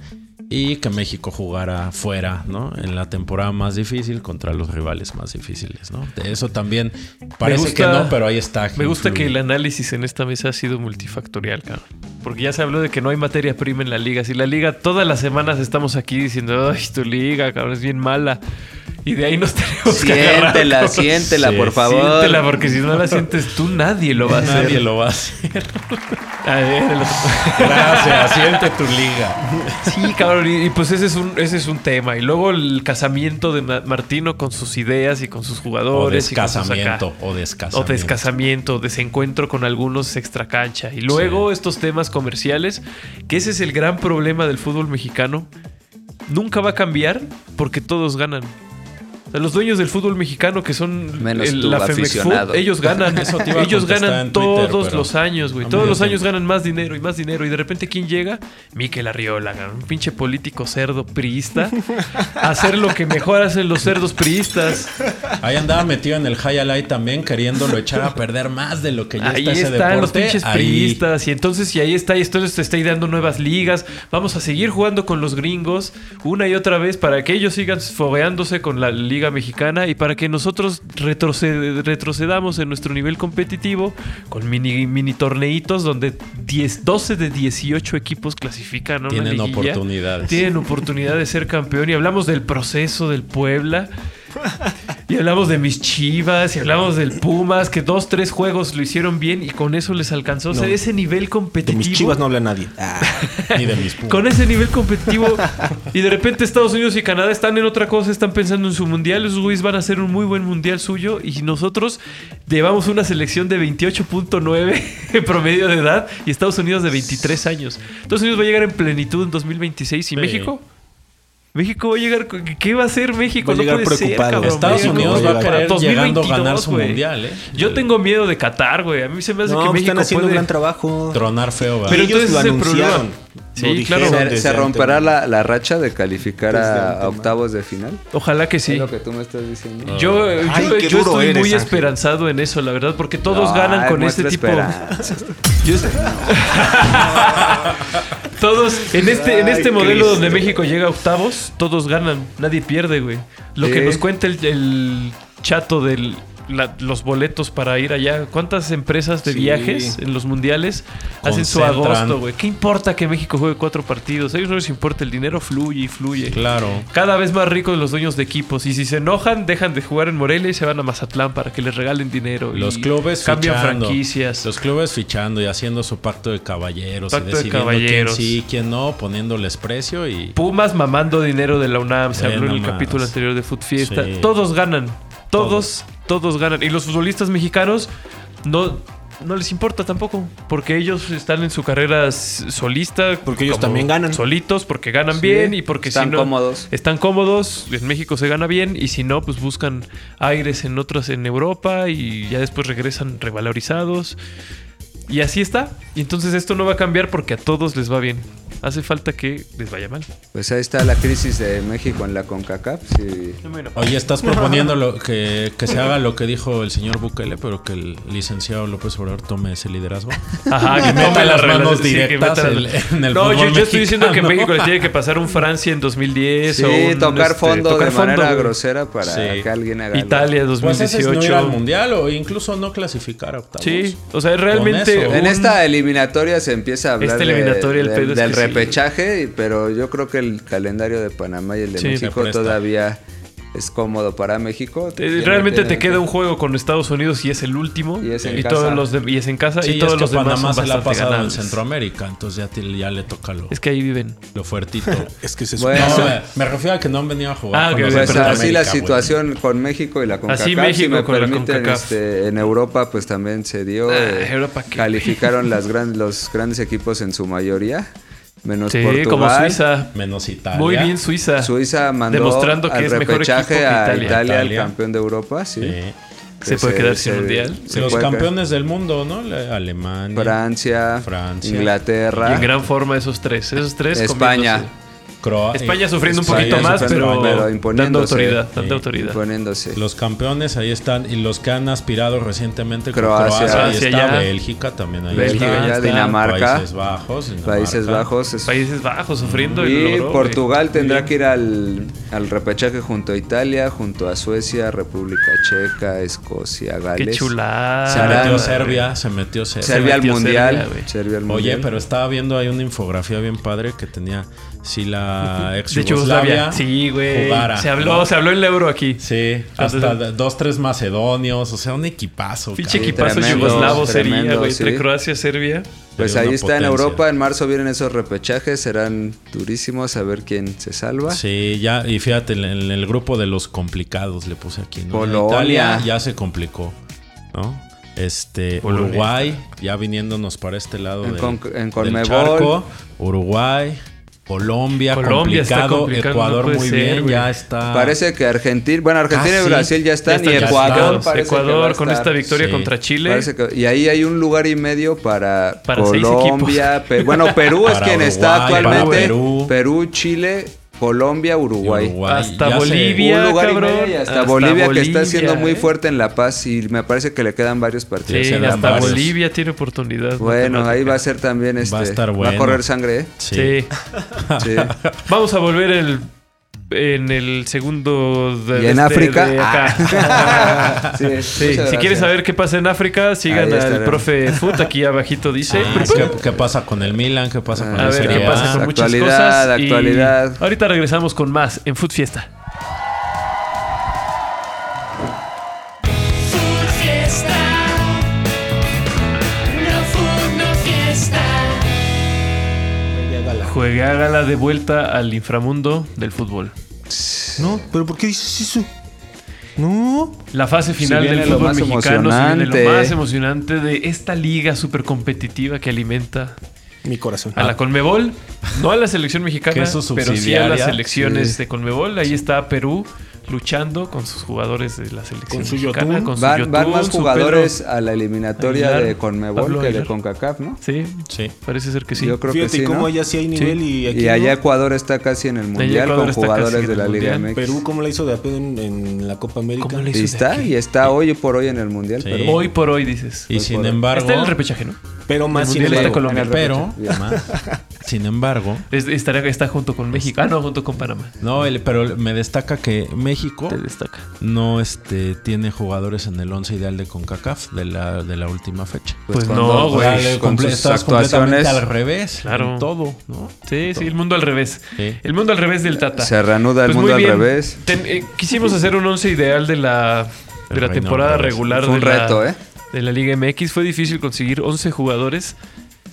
E: y que México jugara fuera, ¿no? En la temporada más difícil contra los rivales más difíciles, ¿no? De eso también parece
C: gusta-
E: que no, pero ahí está.
C: Me gusta que
E: influye.
C: el análisis en esta mesa ha sido multifactorial, cabrón. Porque ya se habló de que no hay materia prima en la liga. Si la liga, todas las semanas estamos aquí diciendo, ay, tu liga, cabrón, es bien mala. Y de ahí nos (laughs) tenemos que agarrar.
D: Siéntela,
C: cabrón.
D: siéntela,
E: Sí,
D: por favor.
C: Siéntela, porque si no la sientes tú, nadie lo va a hacer.
E: Nadie lo va a hacer.
C: A ver, el otro-
E: Gracias, siente tu liga.
C: (laughs) Sí, cabrón, y, y pues ese es, un, ese es un tema. Y luego el casamiento de Ma- Martino con sus ideas y con sus
E: O
C: jugadores. y con sus acá.
E: descasamiento, o
C: O
E: descasamiento.
C: descasamiento, desencuentro con algunos extracancha. Y luego
E: Sí.
C: estos temas comerciales, que ese es el gran problema del fútbol mexicano. Nunca va a cambiar porque todos ganan. O sea, los dueños del fútbol mexicano, que son
D: Menos tú,
C: la Femex
D: aficionado.
C: Food, ellos ganan.
E: (laughs) Eso te iba a
C: ellos
E: contestar
C: ganan
E: en Twitter,
C: todos
E: pero
C: los años, güey.
E: no me
C: Todos
E: dio
C: los años
E: tiempo.
C: ganan más dinero y más dinero. Y de repente, ¿quién llega? Miquel Arriola, cabrón, un pinche político cerdo priista.
E: (laughs)
C: a hacer lo que mejor hacen los cerdos priistas.
E: Ahí andaba metido en el highlight también, queriéndolo echar a perder más de lo que ya
C: ahí
E: está ese
C: están
E: deporte.
C: los pinches
E: Ahí-
C: priistas y entonces y ahí está y entonces te está ideando nuevas ligas vamos a seguir jugando con los gringos una y otra vez para que ellos sigan fogueándose con la liga mexicana y para que nosotros retroced- retrocedamos en nuestro nivel competitivo con mini mini torneitos donde 10 12 de 18 equipos clasifican a una
E: Tienen
C: liguilla.
E: oportunidades.
C: tienen oportunidad de ser campeón y hablamos del proceso del Puebla y hablamos de mis chivas, y hablamos del Pumas, que dos, tres juegos lo hicieron bien y con eso les alcanzó. O sea,
F: No.
C: ese nivel
F: De
C: competitivo.
F: mis chivas no habla nadie. Ah.
C: (laughs)
E: Ni de mis pumas.
C: Con ese nivel competitivo. y de repente Estados Unidos y Canadá están en otra cosa, están pensando en su mundial. Esos güeyes van a hacer un muy buen mundial suyo. Y nosotros llevamos una selección de 28.9 en (laughs) promedio de edad y Estados Unidos de 23 años. Estados Unidos va a llegar en plenitud en 2026. ¿Y
E: Sí.
C: México? México va a llegar. ¿Qué va a hacer México?
F: Va a llegar
C: puede ser,
F: preocupado.
C: cabrón.
E: Estados
C: México
E: Unidos va a
C: para
E: querer
C: 2022,
E: llegando a ganar su
C: güey.
E: mundial, ¿eh?
C: Yo tengo miedo de Qatar, güey. A mí se me hace
F: No,
C: que
F: pues
C: México
F: están haciendo
C: puede-
F: un gran trabajo.
E: Tronar feo, ¿verdad?
C: Pero
F: Ellos
C: entonces
F: lo
C: ese es el
F: anunciaron.
C: problema.
F: Lo
C: Sí,
F: dijeron
C: claro.
D: ¿Se,
F: desde
D: se
F: antes,
D: romperá
F: ¿no?
D: la, la racha de calificar
F: Desde
D: a,
F: antemano.
D: a octavos de final?
C: Ojalá que sí.
D: Es lo que tú me estás diciendo.
C: Yo,
F: Ay,
C: yo,
F: qué
C: yo
F: duro
C: estoy
F: eres,
C: muy
F: Ángel.
C: esperanzado en eso, la verdad, porque todos
D: No,
C: ganan
D: ay,
C: con este
D: muestra
C: tipo.
D: esperanza.
C: Yo est- (laughs) todos en este en este
D: Ay,
C: modelo donde
D: Cristo.
C: México llega a octavos, todos ganan, nadie pierde, güey. Lo que
D: Sí.
C: nos cuenta el, el chato de los boletos para ir allá. ¿Cuántas empresas de
F: Sí.
C: viajes en los mundiales hacen su
E: Concentran.
C: agosto, güey? ¿Qué importa que México juegue cuatro partidos? A ellos no les importa, el dinero fluye y fluye.
E: Claro.
C: Cada vez más ricos los dueños de equipos. Y si se enojan, dejan de jugar en Morelia y se van a Mazatlán para que les regalen dinero.
E: Los
C: Y
E: clubes
C: cambian
E: fichando.
C: franquicias.
E: Los clubes fichando y haciendo su pacto de caballeros.
C: Pacto
E: y
C: de
E: decidiendo
C: caballeros.
E: quién sí, quién no, poniéndoles precio y...
C: Pumas mamando dinero de la UNAM. Se
E: Ve
C: habló en el
E: nomás.
C: capítulo anterior de Food Fiesta.
E: Sí.
C: Todos ganan. Todos, todos ganan. Y los futbolistas mexicanos no, no les importa tampoco. Porque ellos están en su carrera s- solista.
F: Porque ellos
C: como
F: también ganan.
C: Solitos, porque ganan
D: Sí,
C: bien y porque si
D: están
C: no-
D: cómodos.
C: Están cómodos. En México se gana bien. Y si no, pues buscan aires en otras en Europa. Y ya después regresan revalorizados. Y así está. Y entonces esto no va a cambiar porque a todos les va bien. hace falta que les vaya mal.
D: Pues ahí está la crisis de México en la CONCACAF. Sí.
C: (laughs)
E: Oye, estás proponiendo lo que, que se haga lo que dijo el señor Bukele, pero que el licenciado López Obrador tome ese liderazgo.
C: Ajá, (laughs)
E: (laughs) que meta
C: tome
E: las
C: relación-
E: manos
C: sí, que
E: directas
C: meta
E: en,
C: las-
E: en el
C: No, yo,
E: fútbol
C: yo estoy diciendo que
E: mexicano.
C: México le tiene
E: (laughs)
C: que pasar un Francia en 2010.
D: Sí,
C: o un,
D: tocar
C: este,
D: fondo
C: tocar
D: de manera
C: fondo, güey.
D: grosera para
E: Sí.
D: que alguien haga algo.
C: Italia
E: Pues ese es
C: 2018.
E: no ir al mundial o incluso no clasificar a octavos.
C: sí, o sea, es realmente.
E: eso.
C: un-
D: En esta eliminatoria se empieza a hablar
C: Esta
D: de-
C: eliminatoria, el
D: de-
C: pedo es
D: del
C: que sí.
D: repechaje, y- pero yo creo que el calendario de Panamá y el de
C: Sí, se
D: México
E: presta.
D: todavía es cómodo para México.
C: te- Eh, realmente te
D: Tiene-
C: queda un juego con Estados Unidos y es el último.
D: Y es en
C: todos
D: casa.
C: los de- y es en casa
E: Sí,
C: y todos
E: es que
C: los demás
E: Panamá
C: son
E: se la ha
C: bastante
E: pasado
C: ganables.
E: en Centroamérica, entonces ya, te- ya le toca lo,
C: Es que ahí viven.
E: lo fuertito.
D: (laughs)
F: Es que se
D: Bueno,
E: No,
D: Eso-
E: me, me refiero a que no han venido a jugar.
C: Ah,
E: con
C: ok,
E: los
C: ok,
E: de
D: Pues
C: perdón.
D: así la
E: Centroamérica, güey.
D: situación con México y la CONCACAF. si
C: México
D: me
C: con la
D: permiten,
C: CONCACAF.
D: este, en Europa pues también se dio.
C: Ah,
D: eh,
C: Europa, ¿qué? (laughs)
D: calificaron las gran- los grandes equipos en su mayoría, menos
C: Sí,
D: Portugal.
C: como Suiza.
E: Menos Italia.
C: Muy bien, Suiza.
D: Suiza mandó
C: Demostrando que
D: al
C: es mejor equipo
D: repechaje
C: que
D: a
C: Italia.
D: Italia, el
E: Italia.
D: campeón de Europa, sí.
E: Sí.
C: Se puede quedar sin mundial.
D: se
E: Los
D: puede quedar.
E: campeones del mundo, ¿no? La- Alemania.
D: Francia,
E: Francia.
C: Y
D: Inglaterra,
C: en gran forma esos tres. Esos tres.
D: España.
C: comiéndose.
E: Croa-
C: España sufriendo
E: España
C: un poquito más,
E: sufriendo,
C: pero,
D: pero
C: dando
D: imponiéndose.
C: autoridad. Dando
E: Sí.
C: autoridad.
D: poniéndose.
E: Los campeones ahí están. Y los que han aspirado recientemente con
D: Croacia.
E: Croacia. ahí
C: Croacia
E: está.
C: ya.
E: Bélgica también ahí
C: Bélgica
E: está.
C: ya,
E: Está.
D: Dinamarca.
E: Países Bajos. Dinamarca.
D: Países Bajos. es-
C: Países Bajos sufriendo y,
D: y
C: lo logró, güey.
D: Portugal tendrá que ir al, al repechaje junto a Italia, junto a Suecia, República Checa, Escocia, Gales.
C: Qué chulada.
E: Se
D: Sarán,
E: metió
D: madre.
E: Serbia, se metió Serbia.
D: Serbia al
C: metió
D: mundial.
C: Serbia, güey.
D: Serbia al
E: Oye,
D: mundial.
E: pero estaba viendo ahí una infografía bien padre que tenía
C: (laughs)
E: si la ex
C: De
E: Yugoslavia
C: Yugoslavia. Sí, güey.
E: jugara,
C: Se habló,
E: ¿no?
C: se habló el euro aquí.
E: Sí, hasta dos, tres macedonios, o sea, un equipazo.
C: Pinche
E: cabrón.
C: equipazo
D: tremendo,
C: yugoslavo sería,
D: tremendo,
C: güey.
D: sí.
C: Entre Croacia, Serbia.
D: Pues
E: Sería
D: ahí
E: una
D: está en
E: potencia.
D: Europa, en marzo vienen esos repechajes, serán durísimos a ver quién se salva.
E: Sí, ya, y fíjate, en, en el grupo de los complicados le puse aquí. ¿no?
D: Polonia.
E: Italia ya se complicó, ¿no? Este,
C: Polonia.
E: Uruguay, ya viniéndonos para este lado
D: En
E: del,
D: con- en
E: del
D: Conmebol.
E: charco. Uruguay, Colombia,
C: Colombia está
E: complicado,
C: complicado,
E: Ecuador
C: no puede
E: muy
C: ser,
E: bien,
C: güey.
E: ya está.
D: Parece que Argentina, bueno, Argentina
E: Ah,
D: y
E: sí.
D: Brasil ya están,
E: Ya
D: y
E: están
D: Ecuador,
E: clasificados.
D: parece que va a
C: Ecuador con esta
D: estar.
C: victoria
E: Sí.
C: contra Chile.
D: Parece que- y ahí hay un lugar y medio para,
C: Para seis
D: Colombia. Pe- bueno, Perú es
E: Para
D: quien está
E: Uruguay,
D: actualmente.
E: para
D: Perú.
E: Perú.
D: Chile, Colombia, Uruguay.
C: Hasta
E: ya se-
C: Bolivia.
D: un lugar
C: cabrón.
D: y medio y hasta,
C: Hasta
D: Bolivia, que
C: Bolivia,
D: está siendo muy
C: eh.
D: fuerte en La Paz y me parece que le quedan varios
C: Sí,
D: partidos.
E: se
D: en
E: dan
D: La
C: hasta
D: Paz.
E: varios.
C: Bolivia tiene oportunidad.
D: Bueno, ahí va a
C: matemática.
D: ser también este. Va a,
E: estar bueno.
D: correr sangre, ¿eh?
E: Sí.
C: Sí.
D: Sí.
C: Vamos a volver el, en el segundo de
D: ¿Y en
C: este-
D: África? ah.
C: de acá.
D: Sí,
C: Sí,
D: (laughs) muchas
C: si
D: gracias.
C: quieres saber qué pasa en África, sigan
D: Ahí
C: al
D: estaremos.
C: profe Foot, aquí abajito dice.
E: Ah, ¿qué, qué pasa con el Milan? ¿Qué pasa con
C: ¿eh? A
D: Ah,
E: el
C: ver
E: Serie
C: qué
E: A?
C: pasa con muchas
D: Actualidad,
C: cosas. y
D: actualidad.
C: ahorita regresamos con más en Food Fiesta.
A: Food Fiesta. No food, no fiesta.
C: Juegágala de vuelta al inframundo del fútbol.
F: No, pero ¿por qué dices eso? No.
C: La fase final
D: Si viene
C: del
D: lo
C: fútbol
D: más
C: mexicano se viene
D: emocionante.
C: lo más emocionante de esta liga súper competitiva que alimenta
F: Mi corazón.
D: Ah.
C: a la Conmebol, no a la selección mexicana,
E: Que es su
C: pero sí a
E: subsidiaria.
C: las selecciones
D: Sí.
C: de Conmebol. Ahí está Perú luchando con sus jugadores de la selección
F: Con su
C: mexicana,
F: Yotun.
C: con su
D: Van, van
C: Yotun,
D: más
C: su
D: jugadores
C: Pedro.
D: a la eliminatoria
C: Aguilar,
D: de Conmebol
C: Pablo
D: que de
C: Aguilar.
D: CONCACAF, ¿no?
C: Sí,
E: Sí.
C: parece ser que sí.
D: Yo creo
F: Fíjate
D: que sí.
F: cómo
D: ¿no?
F: allá sí hay nivel y aquí.
D: Y
F: no.
D: allá Ecuador está casi en el mundial
C: Ecuador
D: con
C: está casi
D: jugadores
C: en
D: de
C: el
D: la Liga
C: mundial.
D: MX.
F: Perú, ¿cómo la hizo de pedo en, en la Copa América?
C: ¿Cómo le
D: Y
C: hizo de
D: está,
C: aquí?
D: y está hoy por hoy en el mundial.
E: Sí.
D: Pero
C: Hoy por hoy dices.
E: Y sin embargo,
C: Está en el repechaje, ¿no?
F: Pero más
C: El
F: sin
C: Mundial
F: embargo.
C: está Colombia.
E: pero,
D: Bien.
E: más, (laughs) sin embargo,
C: Es- estará- está junto con México. Ah, no, junto con Panamá.
E: no, el- pero me destaca que México
C: Te destaca.
E: no este, tiene jugadores en el 11 ideal de CONCACAF de la, de la última fecha.
C: Pues
D: con
C: no,
D: dos,
C: güey,
E: O sea, le
D: Con
E: comple-
D: sus
E: estás completamente
D: actuaciones
E: al revés.
C: Claro.
E: en todo, ¿no? Eh,
C: Sí, sí, el mundo al revés.
E: Sí.
C: El mundo al revés del Tata.
D: se reanuda el
C: Pues
D: mundo
C: muy
D: al
C: bien.
D: revés.
C: Ten- eh, quisimos hacer un once ideal de la, de
E: El
C: la
E: reino
C: temporada
E: al revés.
C: regular
D: Fue un
C: de, la-
D: reto, ¿eh?
C: de la Liga MX. Fue difícil conseguir 11 jugadores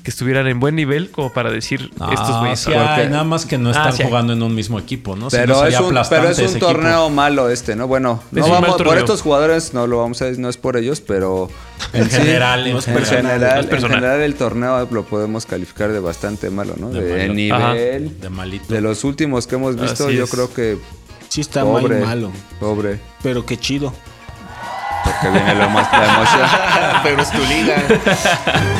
C: que estuvieran en buen nivel como para decir
E: No,
C: estos güeyes.
E: sí
C: son".
E: hay, nada más que no
C: Ah,
E: están
C: sí hay.
E: jugando en un mismo equipo, ¿no? Si no
D: Pero,
E: sería
D: es un, pero
E: aplastante
D: es un
E: ese equipo.
D: torneo malo este, ¿no? Bueno,
C: Es
D: no
C: un mal
D: vamos, por
C: torneo.
D: estos jugadores no lo vamos a decir, no es por ellos, pero
E: En
D: sí,
E: general, en
D: en,
E: general.
C: No
D: general,
C: es
D: en
C: personal.
D: general el torneo lo podemos calificar de bastante malo, ¿no?
E: De
D: De,
E: malo.
D: nivel.
E: de malito.
D: De los últimos que hemos visto,
C: Así
D: yo
C: es.
D: creo que
F: Sí está muy
D: pobre,
F: malo.
D: pobre.
F: Pero qué chido.
D: que viene lo más, la emoción.
G: Pero es tu liga.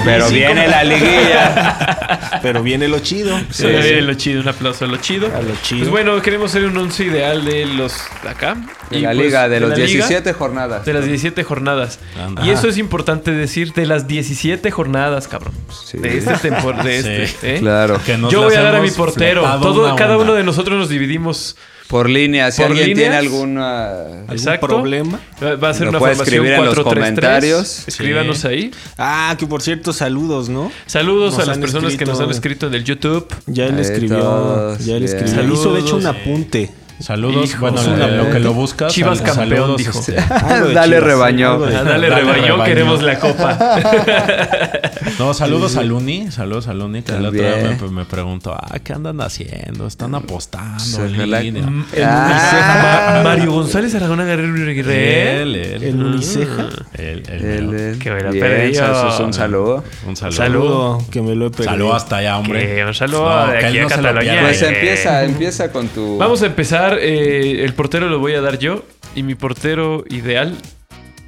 D: Pero viene la liguilla.
F: (laughs) Pero viene lo chido.
C: Sí, bien, lo chido, un aplauso a lo chido.
F: A lo chido.
C: Pues bueno, queremos ser un once ideal de los de acá.
D: De
C: Y
D: la
C: pues,
D: liga de los
C: la liga,
D: 17 jornadas.
C: de las 17 jornadas.
E: Anda.
C: Y eso es importante decir de las 17 jornadas, cabrón.
D: Sí.
C: De este temporada. De
E: Sí.
C: este, ¿eh?
D: Claro.
E: Que nos
C: Yo voy
E: las
C: a dar a mi
E: hemos
C: portero.
E: fletado
C: Todo,
E: una
C: cada
E: onda.
C: uno de nosotros nos dividimos.
D: Por línea, si
C: Por
D: alguien
C: líneas.
D: tiene alguna.
F: ¿Algún
C: Exacto.
F: problema?
C: Va va a ser
D: Lo
C: una
D: puede
C: formación
D: escribir en los
C: 4-3-3.
D: comentarios.
C: Escríbanos
E: Sí.
C: ahí.
F: Ah, que por cierto, saludos, ¿no?
C: Saludos
F: Nos
C: a las
F: han
C: personas que nos
F: escrito.
C: han escrito en el YouTube.
F: Ya él
D: Ahí
F: escribió.
D: todos,
F: ya él
D: bien.
F: escribió. Hizo de hecho
D: (laughs)
F: un apunte.
E: Saludos.
C: Hijo,
E: bueno,
C: sí.
E: le- lo que lo buscas. este,
C: Chivas
E: sal-
C: campeón, dijo.
F: Algo de
D: Dale
F: Chivas,
D: rebaño.
F: algo
D: (laughs)
F: de-
C: Ah, dale,
E: Dale,
C: rebaño,
E: rebaño.
C: queremos la copa.
E: No, saludos a Luni. Saludos a Luni, que el otro día
D: También.
E: me, me preguntó, ah, ¿qué andan haciendo? Están apostando.
D: Se
E: en
D: relaja.
E: línea.
C: El
D: Ah.
C: Ma- Mario González Aragón Guerrero y Aguirre.
E: Él, él.
F: El uniceja.
E: Él, él,
D: El-
E: él.
D: el-
C: Que me la
D: bien,
C: perdí yo.
D: Sasus, un saludo.
E: Un
C: Salud.
E: saludo. Salud.
F: Saludo, que me lo he perdido.
E: hasta allá, hombre.
C: Que un saludo de
E: que
C: aquí
E: él
C: a
E: se lo
C: Cataluña.
E: pierda.
D: Pues
C: Eh.
D: empieza, empieza con tu.
C: Vamos a empezar. eh, el portero lo voy a dar yo. Y mi portero ideal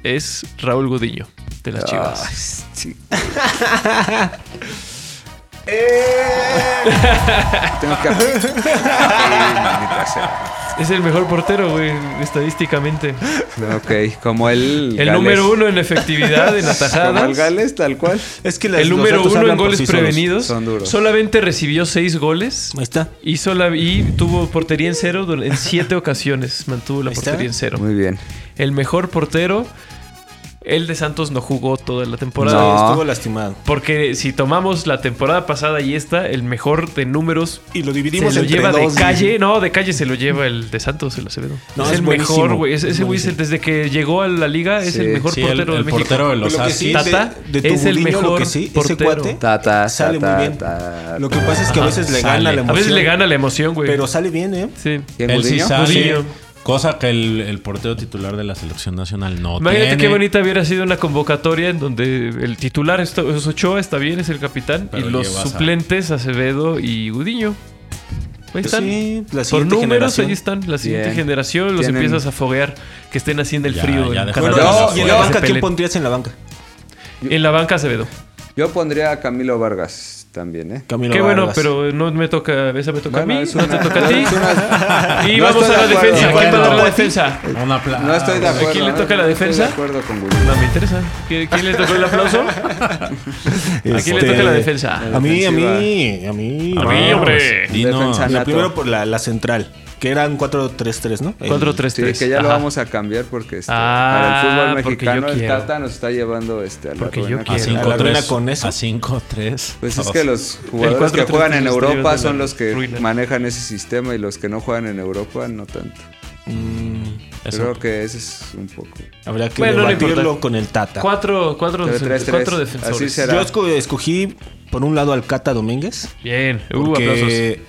C: es Raúl Gudiño, de las Chivas.
D: sí. Tengo que.
C: (laughs)
D: Ay, maldita sea.
C: Es el mejor portero, güey, estadísticamente.
D: Ok, como el.
C: El
D: Gales.
C: número uno en efectividad,
D: (laughs)
C: en
D: Como el
C: atajadas.
D: Gales, tal cual.
F: Es que las-
C: El
F: los
C: número
F: datos
C: uno en
F: hablan por
C: goles
F: sí solos.
C: prevenidos.
D: Son duros.
C: Solamente recibió seis goles.
F: Ahí está.
C: Y, sola- y tuvo portería en cero dur- en siete ocasiones. Mantuvo la
F: Ahí está.
C: portería en cero.
D: Muy bien.
C: El mejor portero. El de Santos no jugó toda la temporada.
D: No.
F: Estuvo lastimado.
C: Porque si tomamos la temporada pasada y esta, el mejor de números
F: Y lo dividimos
C: se lo
F: entre
C: lleva
F: dos,
C: de calle. No, de calle se lo lleva el de Santos, el Acevedo.
F: No,
C: es,
F: es
C: el
F: buenísimo.
C: mejor, güey. Es-
F: Es
C: Ese güey es el- desde que llegó a la liga es
D: Sí.
C: el mejor
E: Sí, el,
C: portero
E: el
C: de México.
E: portero de los
F: Lo que sí,
E: Astis.
C: Tata
F: de tu
C: es el
F: Gudiño, lo
C: mejor
F: que sí, ese
C: portero.
F: cuate
D: Ta, ta,
F: sale
D: ta,
F: muy
D: ta,
F: bien.
D: ta,
F: Lo que pasa es que a veces le
E: Sale.
F: gana la
E: A
C: A
F: emoción.
C: veces le gana la emoción, güey.
F: Pero sale bien, ¿eh?
C: sí.
D: ¿Quién,
E: Él sí
D: Gudiño?
E: sale.
C: Gudiño.
E: Cosa que el, el portero titular de la selección nacional no
C: Imagínate
E: tiene.
C: qué bonita hubiera sido una convocatoria en donde el titular esto- es Ochoa, está bien, es el capitán,
E: Pero
C: y los
E: llevas a-
C: suplentes Acevedo y Gudiño. Ahí están.
F: Sí, la
C: Por
F: siguiente
C: números,
F: generación.
C: ahí están. La siguiente
D: Bien.
C: generación los
D: Tienen-
C: empiezas a foguear. Que estén así en el
E: Ya,
C: frío.
E: ya
C: en, Canadá,
E: dejaron
C: que
D: de las
F: Bueno,
C: se
F: y en
D: afuera.
F: la
C: peleen.
F: banca, ¿quién pondrías en la banca?
C: En la banca Acevedo.
D: Yo pondría a Camilo Vargas también, ¿eh?
F: Camilo
C: Qué bueno,
F: Vargas.
C: pero no me toca. Esa me toca
D: Bueno,
C: a mí,
D: es
C: no
D: una-
C: te toca a ti.
D: es
C: Y
D: No
C: vamos a
D: estoy
C: la
D: de acuerdo.
C: defensa.
E: Y
C: ¿Quién va a dar la
E: bueno.
C: defensa?
E: Un aplauso.
D: No estoy de acuerdo.
C: Ah, quién le
D: ¿eh?
C: toca la
D: No estoy
C: defensa?
D: de acuerdo con Gudiño.
C: No me interesa. ¿Qui- ¿Quién le tocó el aplauso? ¿A quién le
F: Este,
C: toca la defensa?
F: A mí, a mí, a mí.
E: A
C: mí,
F: vamos.
C: hombre.
E: Dinos.
D: Defensa
F: La
D: nato.
F: primero por la, la central, que eran 4-3-3, ¿no? El-
C: 4-3-3.
D: Sí, que ya lo
C: Ajá.
D: vamos a cambiar porque este,
C: Ah,
D: para el fútbol
C: porque yo
D: mexicano el
C: quiero.
D: Tata nos está llevando este, a la
C: Porque yo
D: ruina.
E: A
C: quiero.
F: cinco, la arruina
E: 5-3.
F: con eso.
E: A 5-3.
D: Pues es que los
C: El
D: jugadores que
C: 4-3-3
D: juegan en
C: nos está llevando a
D: Europa
C: la
D: son los que
C: ruina.
D: manejan ese sistema y los que no juegan en Europa no tanto. Creo que ese es un poco.
F: Habrá que
C: Bueno, no le
F: debatirlo
C: importa.
F: con el Tata.
C: Cuatro, cuatro,
D: Tres, tres, tres.
C: cuatro defensores.
D: Así será.
F: Yo esco- escogí, por un lado, al Cata Domínguez.
C: Bien. Uh, aplausos.
F: Porque...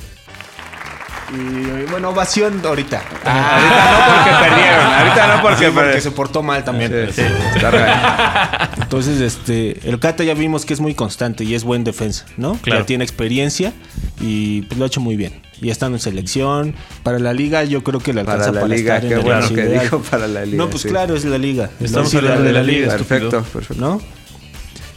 F: Y, bueno, ovación ahorita.
D: ahorita no porque perdieron, ahorita no porque
F: Ah, Sí, porque
D: perdieron.
F: se portó mal también.
D: Sí, está raro.
F: Entonces, este, el Cata ya vimos que es muy constante y es buen defensa, ¿no?
C: Claro.
F: Ya tiene experiencia y pues, lo ha hecho muy bien. Y estando en selección, para la liga yo creo que le
D: Para
F: alcanza para,
D: la liga,
F: estar en
D: qué
F: el
D: bueno
F: once
D: que
F: ideal.
D: dijo para la liga.
F: No, pues
D: sí.
F: claro, es la liga.
C: Estamos
F: Es el
C: hablando de
F: ideal
C: la liga, estúpido.
D: Perfecto, perfecto.
F: ¿No?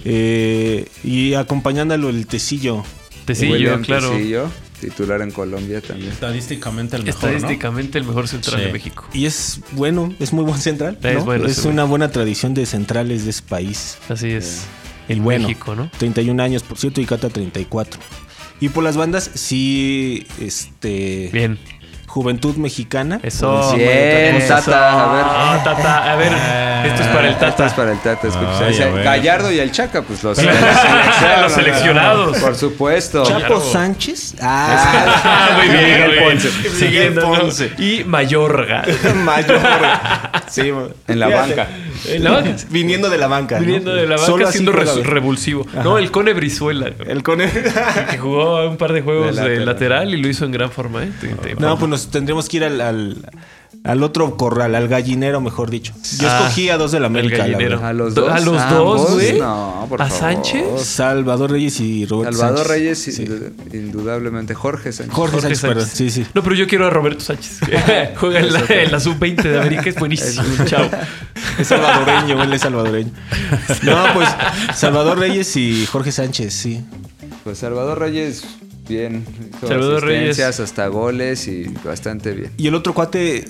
F: Eh, y acompañándolo el Tecillo.
C: Tecillo,
D: William
C: claro.
D: Tecillo, titular en Colombia también.
E: Estadísticamente el mejor,
C: Estadísticamente el mejor central
E: Sí.
C: de México.
F: Y es bueno, es muy buen central.
C: Es
F: ¿no?
C: bueno
F: es
C: ese güey.
F: una buena tradición de centrales de ese país.
C: Así es.
F: El bueno.
C: México, ¿no?
F: 31 años, por cierto, y Cata 34. Y por las bandas, sí, este...
C: Bien.
F: Juventud Mexicana.
C: Eso.
D: Bien,
C: maldita cosa.
D: Tata, a ver.
C: Ah, Tata, a ver. Esto es para el
D: Ah, Esto
C: Tata. Ah,
D: es para el Tata, escucha.
E: Ay,
D: Ese-
E: a ver.
D: Gallardo y el Chaca, pues los,
C: (laughs) Los
D: seleccionados.
C: seleccionados.
D: Por supuesto.
F: Chapo
C: Claro.
F: Sánchez.
C: Ah,
F: Ah,
C: muy bien, muy bien.
F: Ponce.
C: Siguiendo, ¿no?
F: Miguel Ponce.
C: Y Mayorga.
F: (laughs) Mayor. Sí,
D: En la
F: fíjate,
D: banca.
C: En la banca.
F: Viniendo de la banca. ¿no?
C: Viniendo de la banca
F: Solo así
C: siendo
F: juega,
C: res-
F: güey.
C: revulsivo. No, el Cone Brizuela.
F: El (laughs) cone.
C: Que jugó un par de juegos
D: De
C: de lateral,
D: lateral
F: pues
C: y lo hizo en gran forma, ¿eh? Te- te-
F: No, pues nos tendremos que ir al, al, Al otro corral, al gallinero, mejor dicho. Yo
C: Ah,
F: escogí a dos del América. la
C: gallinero.
F: verdad.
D: A los
C: Do-
D: dos.
C: a los
D: ambos,
C: dos, güey.
D: No, por
C: ¿A
D: favor.
C: Sánchez?
F: Salvador Reyes y Roberto
D: Salvador
F: Sánchez.
D: Reyes,
F: Sí.
D: indu- indudablemente. Jorge Sánchez.
F: Jorge,
C: Jorge
F: Sánchez,
C: Sánchez.
F: perdón. Sí, sí.
C: No, pero yo quiero a Roberto Sánchez. que Juega en la, en la sub-20 de América, es buenísimo. Chao.
F: Es salvadoreño, él es salvadoreño. No, pues Salvador Reyes y Jorge Sánchez, sí.
D: Pues Salvador Reyes, bien. Hizo
C: Salvador Reyes.
D: asistencias hasta goles y bastante bien.
F: Y el otro cuate,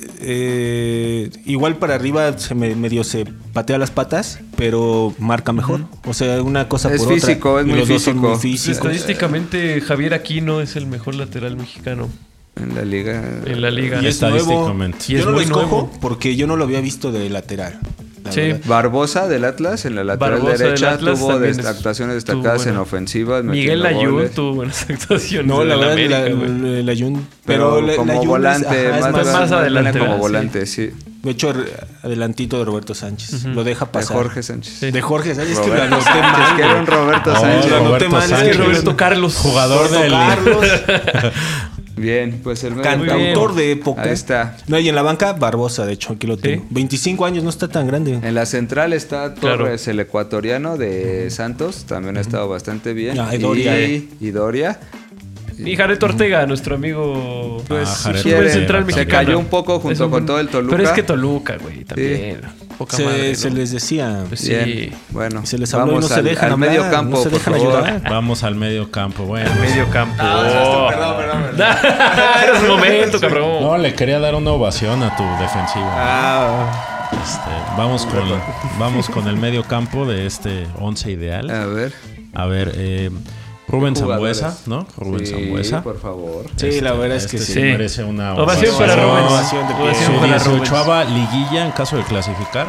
F: eh, igual para arriba, se me- medio se patea las patas, pero marca mejor. O sea, una cosa
D: Es
F: por otra.
D: físico, es
F: Y
D: muy
F: los dos son
D: físico.
F: muy
C: (laughs)
F: físicos.
C: Estadísticamente, Javier Aquino es el mejor lateral mexicano
D: En la liga.
C: en la liga.
E: Y es
F: Estadísticamente.
E: Estadísticamente.
C: Y es
F: yo no lo
C: muy
F: escojo
C: nuevo.
F: porque yo no lo había visto de lateral. la
C: Sí. Pues
F: verdad.
D: Barbosa del Atlas, en la lateral
C: Barbosa del
D: derecha,
C: Atlas
D: tuvo
C: también
D: dest-
C: es-
D: actuaciones
C: tuvo
D: destacadas en
C: buena.
D: ofensivas.
C: Miguel
D: metiendo
C: Ayun
D: goles.
C: tuvo buenas (laughs) actuaciones.
F: No,
C: en
F: la
C: el
F: verdad,
C: América,
F: la,
C: güey.
F: la- la Jun-
D: Pero,
F: la- la
D: como
F: Jun es-
D: volante,
F: ajá, es
D: más,
C: más
D: más
C: adelante,
D: Como
C: ¿verdad?
D: volante, sí.
F: De hecho, re- adelantito de Roberto Sánchez. Lo deja
D: De
F: pasar.
D: Jorge Sánchez.
C: Sí.
F: De Jorge Sánchez. que la
D: Roberto
F: anoté
D: Sánchez,
F: mal,
D: que era un Roberto
E: No,
D: Sánchez.
F: Roberto
E: Roberto
F: Sánchez.
E: Sánchez.
C: Sí, Roberto Carlos.
E: Jugador
F: Roberto
E: del.
F: Carlos,
D: Bien, pues el medio
F: cantautor
D: campo.
F: de época.
D: Ahí está.
F: No, y en la banca, Barbosa, de hecho, aquí lo tengo.
C: Sí.
F: 25 años, no está tan grande.
D: En la central está Torres,
C: Claro.
D: el ecuatoriano de Santos, también ha estado bastante bien.
F: Ah, y Doria. Ah,
D: Y, y Doria.
C: Y Jared Ortega, nuestro amigo. Pues,
E: Jared
C: fue
D: Ortega.
C: central
E: Se
C: mexicano.
D: cayó un poco junto
C: Es un
D: con
C: buen-
D: todo el Toluca.
C: Pero es que Toluca, güey, también. Poca
F: Se,
C: madre,
F: se
C: ¿no?
F: les decía.
C: Pues sí.
D: Bien. Bueno,
F: se les habló y
D: vamos
F: no se
D: al,
F: dejan
D: al
F: hablar,
D: medio campo,
F: no se
D: por
F: dejan
D: favor.
F: ayudar.
E: Vamos al medio campo. Bueno.
C: Medio campo.
F: Ah, Perdón, perdón, perdón.
C: (laughs) Era su momento, cabrón.
E: No, le quería dar una ovación a tu defensivo.
F: Ah,
E: Este, vamos, con, vamos con el medio campo de este 11 ideal.
D: A ver.
E: A ver, eh, Rubén
D: Ah. Jugadores.
E: Zambuesa, ¿no? Rubén
D: sí,
E: Zambuesa.
D: por favor.
F: sí, la verdad es que
E: Este
F: sí.
E: sí merece una
C: Ovación
E: ovación.
C: para Rubens.
F: Ovación de pie.
E: Su
C: Ovación para Rubens.
E: 18 liguilla en caso de clasificar.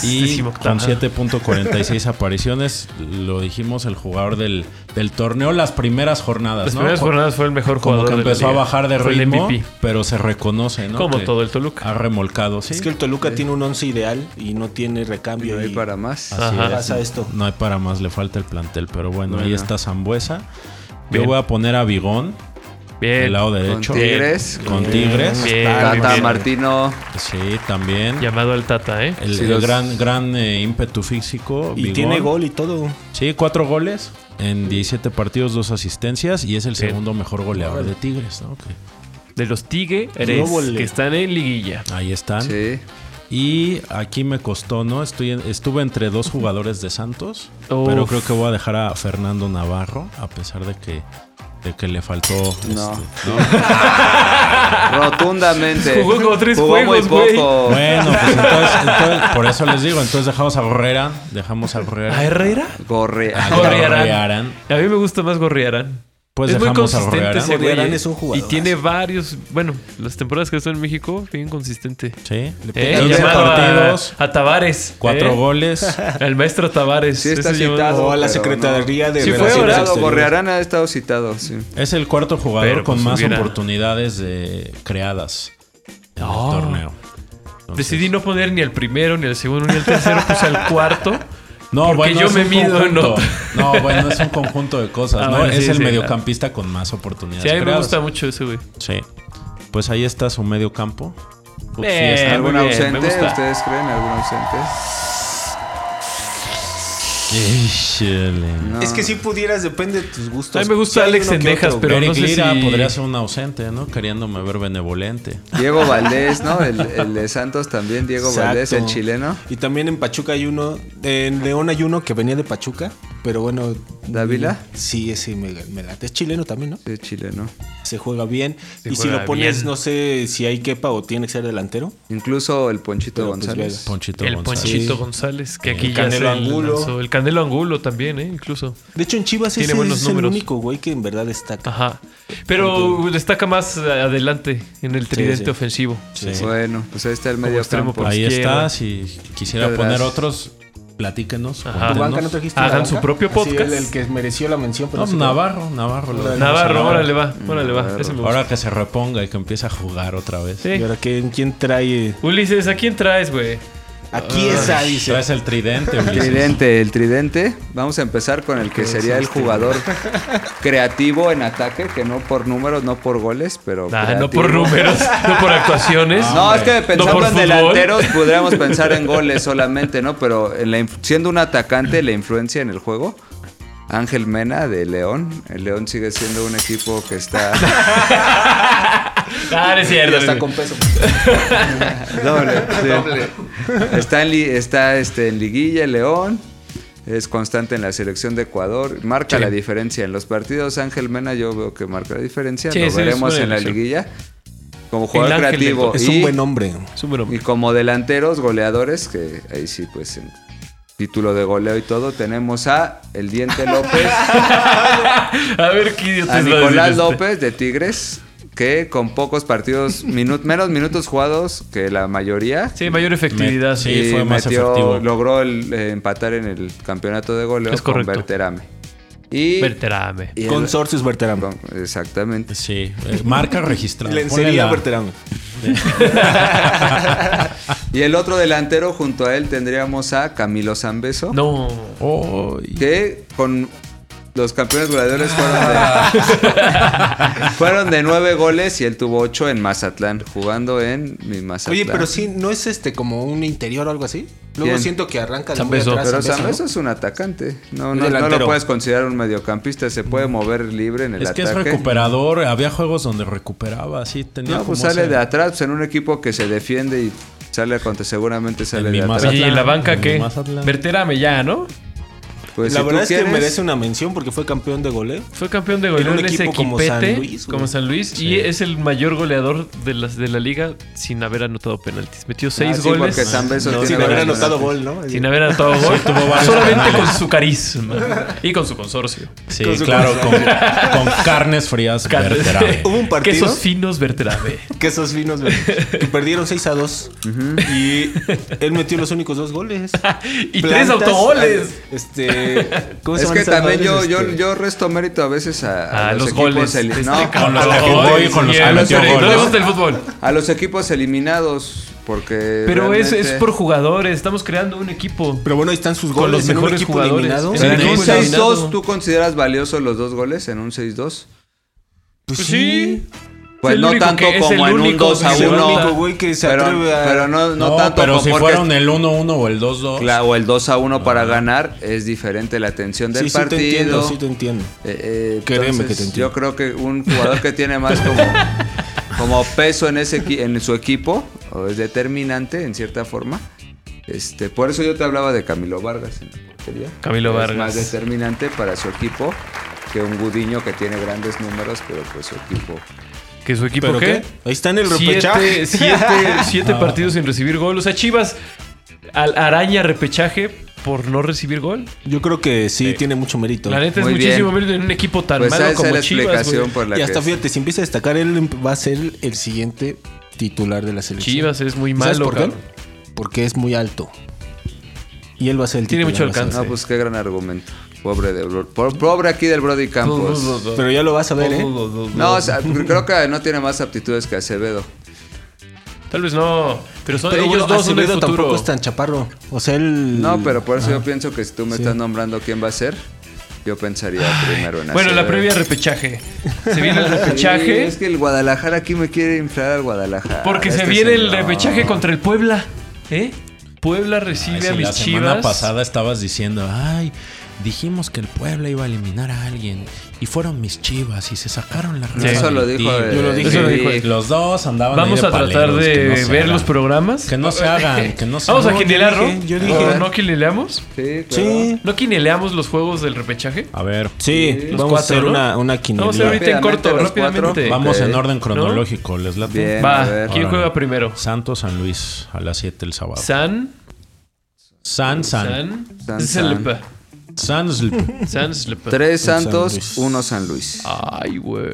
E: Y
C: Decimoctava.
E: con 7.46 apariciones, lo dijimos, el jugador del, del torneo, las primeras jornadas.
C: Las
E: ¿no?
C: primeras
E: Cu-
C: jornadas fue el mejor
E: Como
C: jugador.
E: que
C: de la
E: empezó a
C: liga.
E: bajar de
C: Fue el
E: ritmo,
C: MVP.
E: pero se reconoce, ¿no? Ah,
C: Como
E: Que
C: todo el Toluca.
E: Ha remolcado, sí.
F: Es que el Toluca tiene un 11 ideal y no tiene recambio.
D: No hay
F: y-
D: para más.
E: Así
C: Ajá.
E: es.
F: Pasa esto.
E: No hay para más, le falta el plantel, pero bueno, ahí
D: Bueno.
E: está Zambuesa. Yo
C: Bien. Eh,
E: voy a poner a Bigón,
C: Bien.
E: del lado
D: Con
E: derecho.
D: Tigres.
E: Con
F: Eh,
E: Tigres.
F: pues,
C: Bien,
D: Tata
C: bien, bien.
D: Martino.
E: Sí, también.
C: Llamado al Tata, ¿eh?
E: El,
D: Sí,
E: el
D: los-
E: gran, gran eh, ímpetu físico.
F: Y
E: Bigón.
F: tiene gol y todo.
E: Sí, cuatro goles en 17 partidos, dos asistencias y es el segundo mejor goleador de Tigres. ¿no? Que
C: De los Tigres
F: Global.
C: que están en liguilla.
E: ahí están.
D: Sí.
E: Y aquí me costó, ¿no? Estoy en- estuve entre dos jugadores de Santos,
C: Uf.
E: pero creo que voy a dejar a Fernando Navarro, a pesar de que, de que le faltó.
D: No.
E: este,
D: Rotundamente.
C: Jugó como tres
D: Jugó
C: juegos,
D: muy
C: güey.
D: poco.
E: Bueno, pues entonces, entonces, por eso les digo, entonces dejamos a Gorrera, dejamos a Gorrera.
C: ¿A Herrera?
D: Gorre.
F: Ah,
E: A
C: Gorriarán.
E: Gorriarán.
C: A mí me gusta más Gorriarán.
E: Pues
C: es muy
E: dejamos a
C: consistente
E: Gorriarán.
C: ese güey.
F: Gorriarán
C: ¿eh?
F: es un jugador.
C: Y tiene varios. Bueno, las temporadas que está en México, bien consistente.
E: Sí.
C: ¿Eh?
E: Doce
C: Llamado a,
E: partidos,
C: a Tavares.
E: cuatro
C: ¿eh?
E: goles.
C: El maestro Tavares.
D: Sí está
C: Ese llamado-
D: citado.
F: O a la
D: pero
F: Secretaría de
C: Sí, fue
D: Fue
F: Relaciones
D: citado,
F: Exteriores.
D: Gorrearán ha estado citado, sí.
E: Es el cuarto jugador
C: Pero,
E: con
C: pues,
E: más
C: hubiera-
E: oportunidades de- creadas en
C: Oh.
E: el torneo. Entonces-
C: Decidí no poner ni al primero, ni al segundo, ni al tercero, puse al cuarto.
E: No,
C: porque yo
E: es
C: me
E: un
C: mido en
E: conjunto.
C: otro.
E: No, bueno, es un conjunto de cosas,
C: (laughs) Ah,
E: ¿no?
C: bueno,
E: es
C: sí,
E: el
C: sí.
E: mediocampista con más oportunidades.
C: Sí, a mí me
E: creadas.
C: gusta mucho ese, güey.
E: Sí. Pues ahí está su mediocampo. Put
C: Bien.
E: fiesta.
D: ¿Algún
C: muy bien,
D: ausente?
C: me gusta.
D: ¿Ustedes creen algún ausente?
E: Híjole.
D: No.
F: Es que si pudieras, depende de tus gustos.
C: A mí me gusta
F: Sí, hay
C: Alex
F: uno que
C: Sendejas,
F: otro,
C: pero
E: Eric
C: no sé
E: Lira
C: si-
E: podría ser un ausente, ¿no? Queriéndome ver benevolente.
D: Diego Valdés, ¿no? El, el de Santos también, Diego
F: Exacto.
D: Valdés, el chileno.
F: Y también en Pachuca hay uno, en León hay uno que venía de Pachuca, pero bueno.
D: ¿Dávila?
F: Sí, ese me, me late. Es chileno también, ¿no?
D: Sí, chileno.
F: Se juega bien.
C: Se
F: y si
C: juega
F: lo pones,
C: bien.
F: no sé si hay quepa o tiene que ser delantero.
D: Incluso el Ponchito
F: Pero, pues,
D: González.
E: Ponchito
C: El
E: González.
C: Ponchito González, que
E: El
C: aquí ya se
F: Canelo Angulo.
C: lanzó. El Canelo Angulo también, ¿eh? Incluso.
F: De hecho, en Chivas
C: Tiene
F: ese
C: buenos
F: es
C: números.
F: el único güey que en verdad destaca.
C: Ajá. Pero destaca más adelante en el tridente
F: sí.
C: ofensivo.
E: Sí.
D: Bueno, pues ahí está el medio
C: extremo
D: campo.
C: por
E: Ahí
C: izquierda.
E: está. Si quisiera
D: Piedras.
E: poner otros, platíquenos.
C: Ajá.
E: cuéntenos.
C: Tu banca Hagan su propio podcast.
F: el, el que mereció la mención,
E: No,
F: pero no sé
E: Navarro, Navarro. lo dejamos
C: Navarro,
E: a
C: órale va, órale va.
D: Navarro.
C: Ese me gusta.
E: Ahora que se reponga y que empiece a jugar otra vez.
F: cómo.
C: Sí.
F: ¿Y ahora quién, quién trae?
C: Ulises, ¿a quién traes, güey?
F: Aquí
C: Ah.
F: está, dice.
E: Traes el tridente, Ulises.
D: Tridente, el tridente. Vamos a empezar con el que sería el jugador creativo en ataque, que no por números, no por goles, pero.
C: Ah, no
D: creativo.
C: por números, no por actuaciones.
D: No, es que pensando
C: por
D: en
C: fútbol.
D: delanteros podríamos pensar en goles solamente, ¿no? Pero en la inf- siendo un atacante, la influencia en el juego. Ángel Mena de León. El León sigue siendo un equipo que está.
C: Ah, no es cierto.
D: Ya está con peso. (laughs) Doble, sí. Está, en, li- está este, en liguilla el León. Es constante en la selección de Ecuador. Marca
C: Sí.
D: la diferencia. En los partidos Ángel Mena yo veo que marca la diferencia.
C: Sí,
D: Lo
C: sí, es
D: veremos
C: buena
D: en la
C: elección.
D: liguilla. Como jugador
C: El ángel del
D: creativo.
C: gol.
F: Es
D: Pues, y,
F: un buen hombre.
C: Es un buen
D: y
C: hombre.
D: como delanteros, goleadores, que ahí sí, pues en título de goleo y todo, tenemos a El Diente
C: (laughs)
D: López.
C: A ver qué idiota
D: a
C: es la de
D: Nicolás
C: este.
D: López de Tigres, que con pocos partidos, (laughs) minu- menos minutos jugados que la mayoría.
C: Sí, mayor efectividad.
E: sí,
D: y
E: fue más
D: metió-
E: efectivo.
D: Logró el, eh, empatar en el campeonato de goleo
C: Es
D: con
C: correcto.
D: Berterame. Y,
C: Verterame.
D: y el-
F: Consorcios Berterame.
D: con- exactamente.
E: Sí, eh, marca registrada.
F: Lencería
E: Ponle la-
F: Berterame.
D: Y el otro delantero junto a él tendríamos a Camilo Zambeso,
C: No.
E: Oh, y-
D: que con los campeones goleadores fueron de, fueron de (laughs) nueve goles y él tuvo ocho en Mazatlán, jugando en mi Mazatlán.
F: Oye, pero sí, ¿no es este como un interior o algo así? Luego
D: ¿Quién?
F: siento que arranca de
C: San
F: muy
C: Beso.
F: atrás.
D: Pero
F: San Beso,
D: Zambeso es un atacante. No,
F: Un
D: no, no
F: delantero. Mm.
D: lo puedes considerar un mediocampista. Se puede mover libre en el
E: Es que
D: ataque.
E: es recuperador. Había juegos donde recuperaba, sí. Tenía
D: No, pues
E: como
D: sale
E: ese-
D: de atrás. pues, en un equipo que se defiende y sale a contra, seguramente sale
E: En mi
D: de atrás.
E: Mazatlán.
C: Oye, ¿y la banca
E: en
C: qué?
E: Mazatlán.
C: Verterame ya, ¿no?
D: Pues,
F: la
D: si tú
F: verdad es que
D: quieres,
F: merece una mención porque fue campeón de goleo.
C: Fue campeón de
F: Era
C: goleo
F: un
C: en ese
F: equipo
C: equipete.
F: como
C: Como
F: San
C: San
F: Luis,
C: Luis.
F: güey.
C: Y es el mayor goleador de, las, de la liga sin haber anotado penaltis. Metió
D: ah,
C: seis
D: sí,
C: goles.
D: porque Zambeso
F: No,
D: tiene
F: sin haber
D: varios
F: anotado
D: penaltis.
F: gol, ¿no?
C: Sin haber anotado gol.
E: varios
C: solamente
E: penales.
C: con su carisma. Y con su consorcio.
E: Sí,
F: Con su
E: claro, con,
F: consorcio.
E: con carnes frías.
C: Carnes.
F: (laughs)
E: Verterame.
F: Hubo un partido
C: Quesos finos, Verterame.
F: que esos finos güey, que perdieron 6 a 2 y él metió los únicos dos goles.
C: y tres autogoles.
F: ah, Este, ¿cómo se
D: Es
F: llaman
D: que
F: esas
D: también yo,
F: madres?
D: yo,
F: Este,
D: yo resto mérito a veces a,
C: Ah, los,
D: equipos
C: goles.
D: eli-
C: Este
D: no,
C: cabrón.
E: a la que voy, con los
C: Y
E: que
C: a
E: metió
C: que No
E: goles.
C: le gusta el fútbol.
D: a los equipos eliminados. Porque.
C: Pero es, es
D: realmente-
C: por jugadores. Estamos creando un equipo.
F: Pero bueno, ahí están sus
C: Con
F: goles.
C: los
F: en un
C: mejores
F: equipo
C: jugadores.
F: eliminado.
D: Pero en
E: Sí,
D: un
E: pues,
D: 6-2,
C: eliminado.
D: ¿tú consideras valiosos los dos goles en un 6-2?
C: Pues
F: Pues sí.
C: sí.
D: Pues
C: el
D: no
C: único
D: tanto
C: que- es
D: como
C: el
D: en un
C: único
D: 2 a
C: que se
D: 1.
C: levanta.
F: güey que se
D: pero,
F: atreve a-
D: pero no, no,
E: No,
D: tanto
E: pero
D: como
E: si
D: porque-
E: fueron Ah. el 1-1 o el 2-2.
D: Claro, o el 2 a 1 para ganar es diferente la tensión del
F: Sí, sí te
D: partido.
F: entiendo, sí te entiendo.
D: Eh, eh,
F: Créeme
D: entonces,
F: que te entiendo.
D: Yo creo que un jugador que tiene más
F: (laughs)
D: como, como peso en, ese, equi- en su equipo, o es determinante en cierta forma. Este, por eso yo te hablaba de Camilo Vargas en la portería.
C: Camilo
D: Es
C: Vargas.
D: más determinante para su equipo que un Gudiño que tiene grandes números, pero pues su equipo.
C: Que su equipo
F: ¿Pero qué?
C: qué?
F: Ahí está en el
C: Siete,
F: repechaje.
C: siete,
D: (laughs)
C: siete partidos sin recibir gol. O sea, Chivas al- araña repechaje por no recibir gol.
F: Yo creo que sí, tiene mucho mérito.
C: La neta es
D: Muy
C: muchísimo
D: bien.
C: menos en un equipo tan
D: Pues esa
C: malo
D: es la
C: como Chivas.
D: explicación
C: güey.
D: por la
F: Y
D: que.
F: hasta fíjate, si empieza a destacar, él em, va a ser el siguiente titular de la selección.
C: Chivas es muy
F: ¿Sabes
C: malo.
F: por qué?
C: cabrón.
F: Porque es muy alto. Y él va a ser el
C: Tiene mucho
F: titular, vas a
C: alcance.
D: No, pues qué gran argumento. Pobre, de, Bro- po- pobre aquí del Brody Campos.
F: ver. Pero ya lo vas a ver, ¿eh?
D: No, o sea, pues creo que no tiene más aptitudes que Acevedo.
C: Tal vez no. Pero son ellos
F: bueno,
C: dos son del
F: Acevedo tampoco
C: futuro.
F: es tan chaparro. O sea, él.
D: No, pero por
C: Ah.
D: eso yo pienso que si tú me estás nombrando quién va a ser, yo pensaría primero en
C: Bueno, la
D: Acevedo.
C: previa repechaje. Se viene el repechaje.
D: (laughs) Sí, es que el Guadalajara aquí me quiere inflar al Guadalajara.
C: Porque se
D: Este
C: viene el
D: señor.
C: repechaje contra el Puebla. ¿Eh? Puebla recibe
E: Ay, si
C: a mis
E: la
C: Chivas.
E: semana pasada estabas diciendo, ay, dijimos que el Puebla iba a eliminar a alguien y fueron mis Chivas y se sacaron la raza
D: Eso
E: del
D: lo dijo.
E: tigre".
D: el-
C: Yo lo dije.
E: Eso lo dijo.
D: el-
E: Los dos andaban
C: Vamos
E: ahí
C: a tratar
E: paleros, que no
C: de
E: se
C: ver
E: hagan.
C: los programas.
E: Que no se hagan, que no se
C: Vamos a
E: hagan.
C: quinielar,
F: yo dije,
C: ¿no?
F: yo
D: dije.
C: ¿No quinieleamos?
D: Sí, claro.
F: Sí.
C: ¿No quinieleamos los juegos del repechaje?
E: A ver,
F: Sí,
C: Los
F: vamos a
C: cuatro,
F: hacer
C: ¿no?
F: una, una quiniela.
C: Vamos a hacer ahorita en
D: Rápidamente,
C: corto,
D: los cuatro.
C: rápidamente.
E: vamos
D: ok.
E: en orden cronológico. ¿Les late?
D: Bien. a
C: Va,
D: ver.
C: ¿quién
E: Órale.
C: juega primero?
E: Santo San Luis a las 7 el sábado.
C: San,
E: San San
C: San,
D: San,
C: Slip.
E: San, Slip.
C: San, Ah, Slip.
D: Tres
F: San
D: Santos,
F: Luis.
D: uno San Luis.
C: Ay, güey.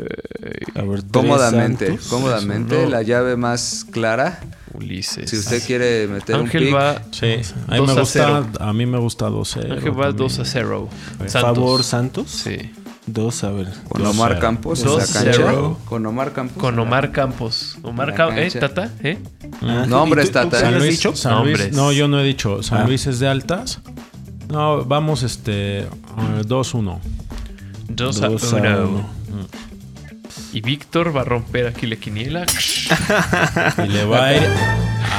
F: A ver, tres
D: Cómodamente,
F: Santos.
D: cómodamente.
C: Eso no.
D: La llave más clara.
C: Ulises.
D: Si usted quiere meter un
C: Ángel
D: pick. eh,
C: va,
E: Sí, a mí
C: Dos
E: me
C: a
E: gusta,
C: cero.
E: a mí me gusta 12.
C: Ángel va 2 a 0.
F: Favor Santos.
C: Sí.
F: Dos, a ver.
D: Con Omar
E: Dos-cero.
D: Campos en la
C: Dos-cero.
D: cancha. Con Omar Campos.
C: Con Omar Campos. Omar
D: La
C: Campos. ¿Eh,
D: cancha.
C: Tata? ¿Eh?
D: Nombre
F: Ah, ¿Y tú-
D: está
F: tú
D: tal.
F: qué
E: San
F: habías
E: Luis,
F: dicho?
E: San Luis-
C: Nombres.
E: no, yo no he dicho. San
F: Ah.
E: Luis es de altas. No, vamos este eh, 2-1.
C: Dos a
F: Dos a
C: uno.
F: uno.
C: Y Víctor va a romper aquí la quiniela.
E: Y le va a ir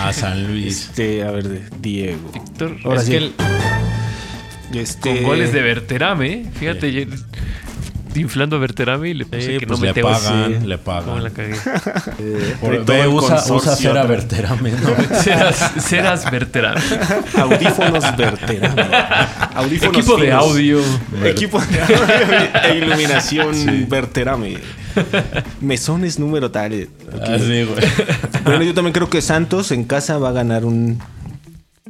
E: a San
C: (laughs)
E: Luis.
F: Este, a ver, de Diego.
C: Víctor.
F: Ahora
E: es
F: sí.
E: que el-
F: Este,
C: Con goles de Berterame, ¿eh? fíjate, yo- inflando a Berterame y le puse
E: sí,
C: que
E: pues
C: no
E: le
C: meteo así.
E: pagan, le
C: ¿Cómo la
E: pagan.
C: cagué?
E: Por,
F: todo
E: ve,
F: el
E: usa,
F: consorcio
E: usa cera
F: atrás.
C: (laughs)
E: verterame, ¿no? (laughs)
C: Serás, serás Berterame.
F: audífonos verterame. Audífonos
C: Equipo de
F: finos.
C: audio.
F: Equipo de audio e iluminación verterame. Mesones número tal.
E: Así, güey.
C: (laughs)
F: Bueno, yo también creo que Santos en casa va a ganar un...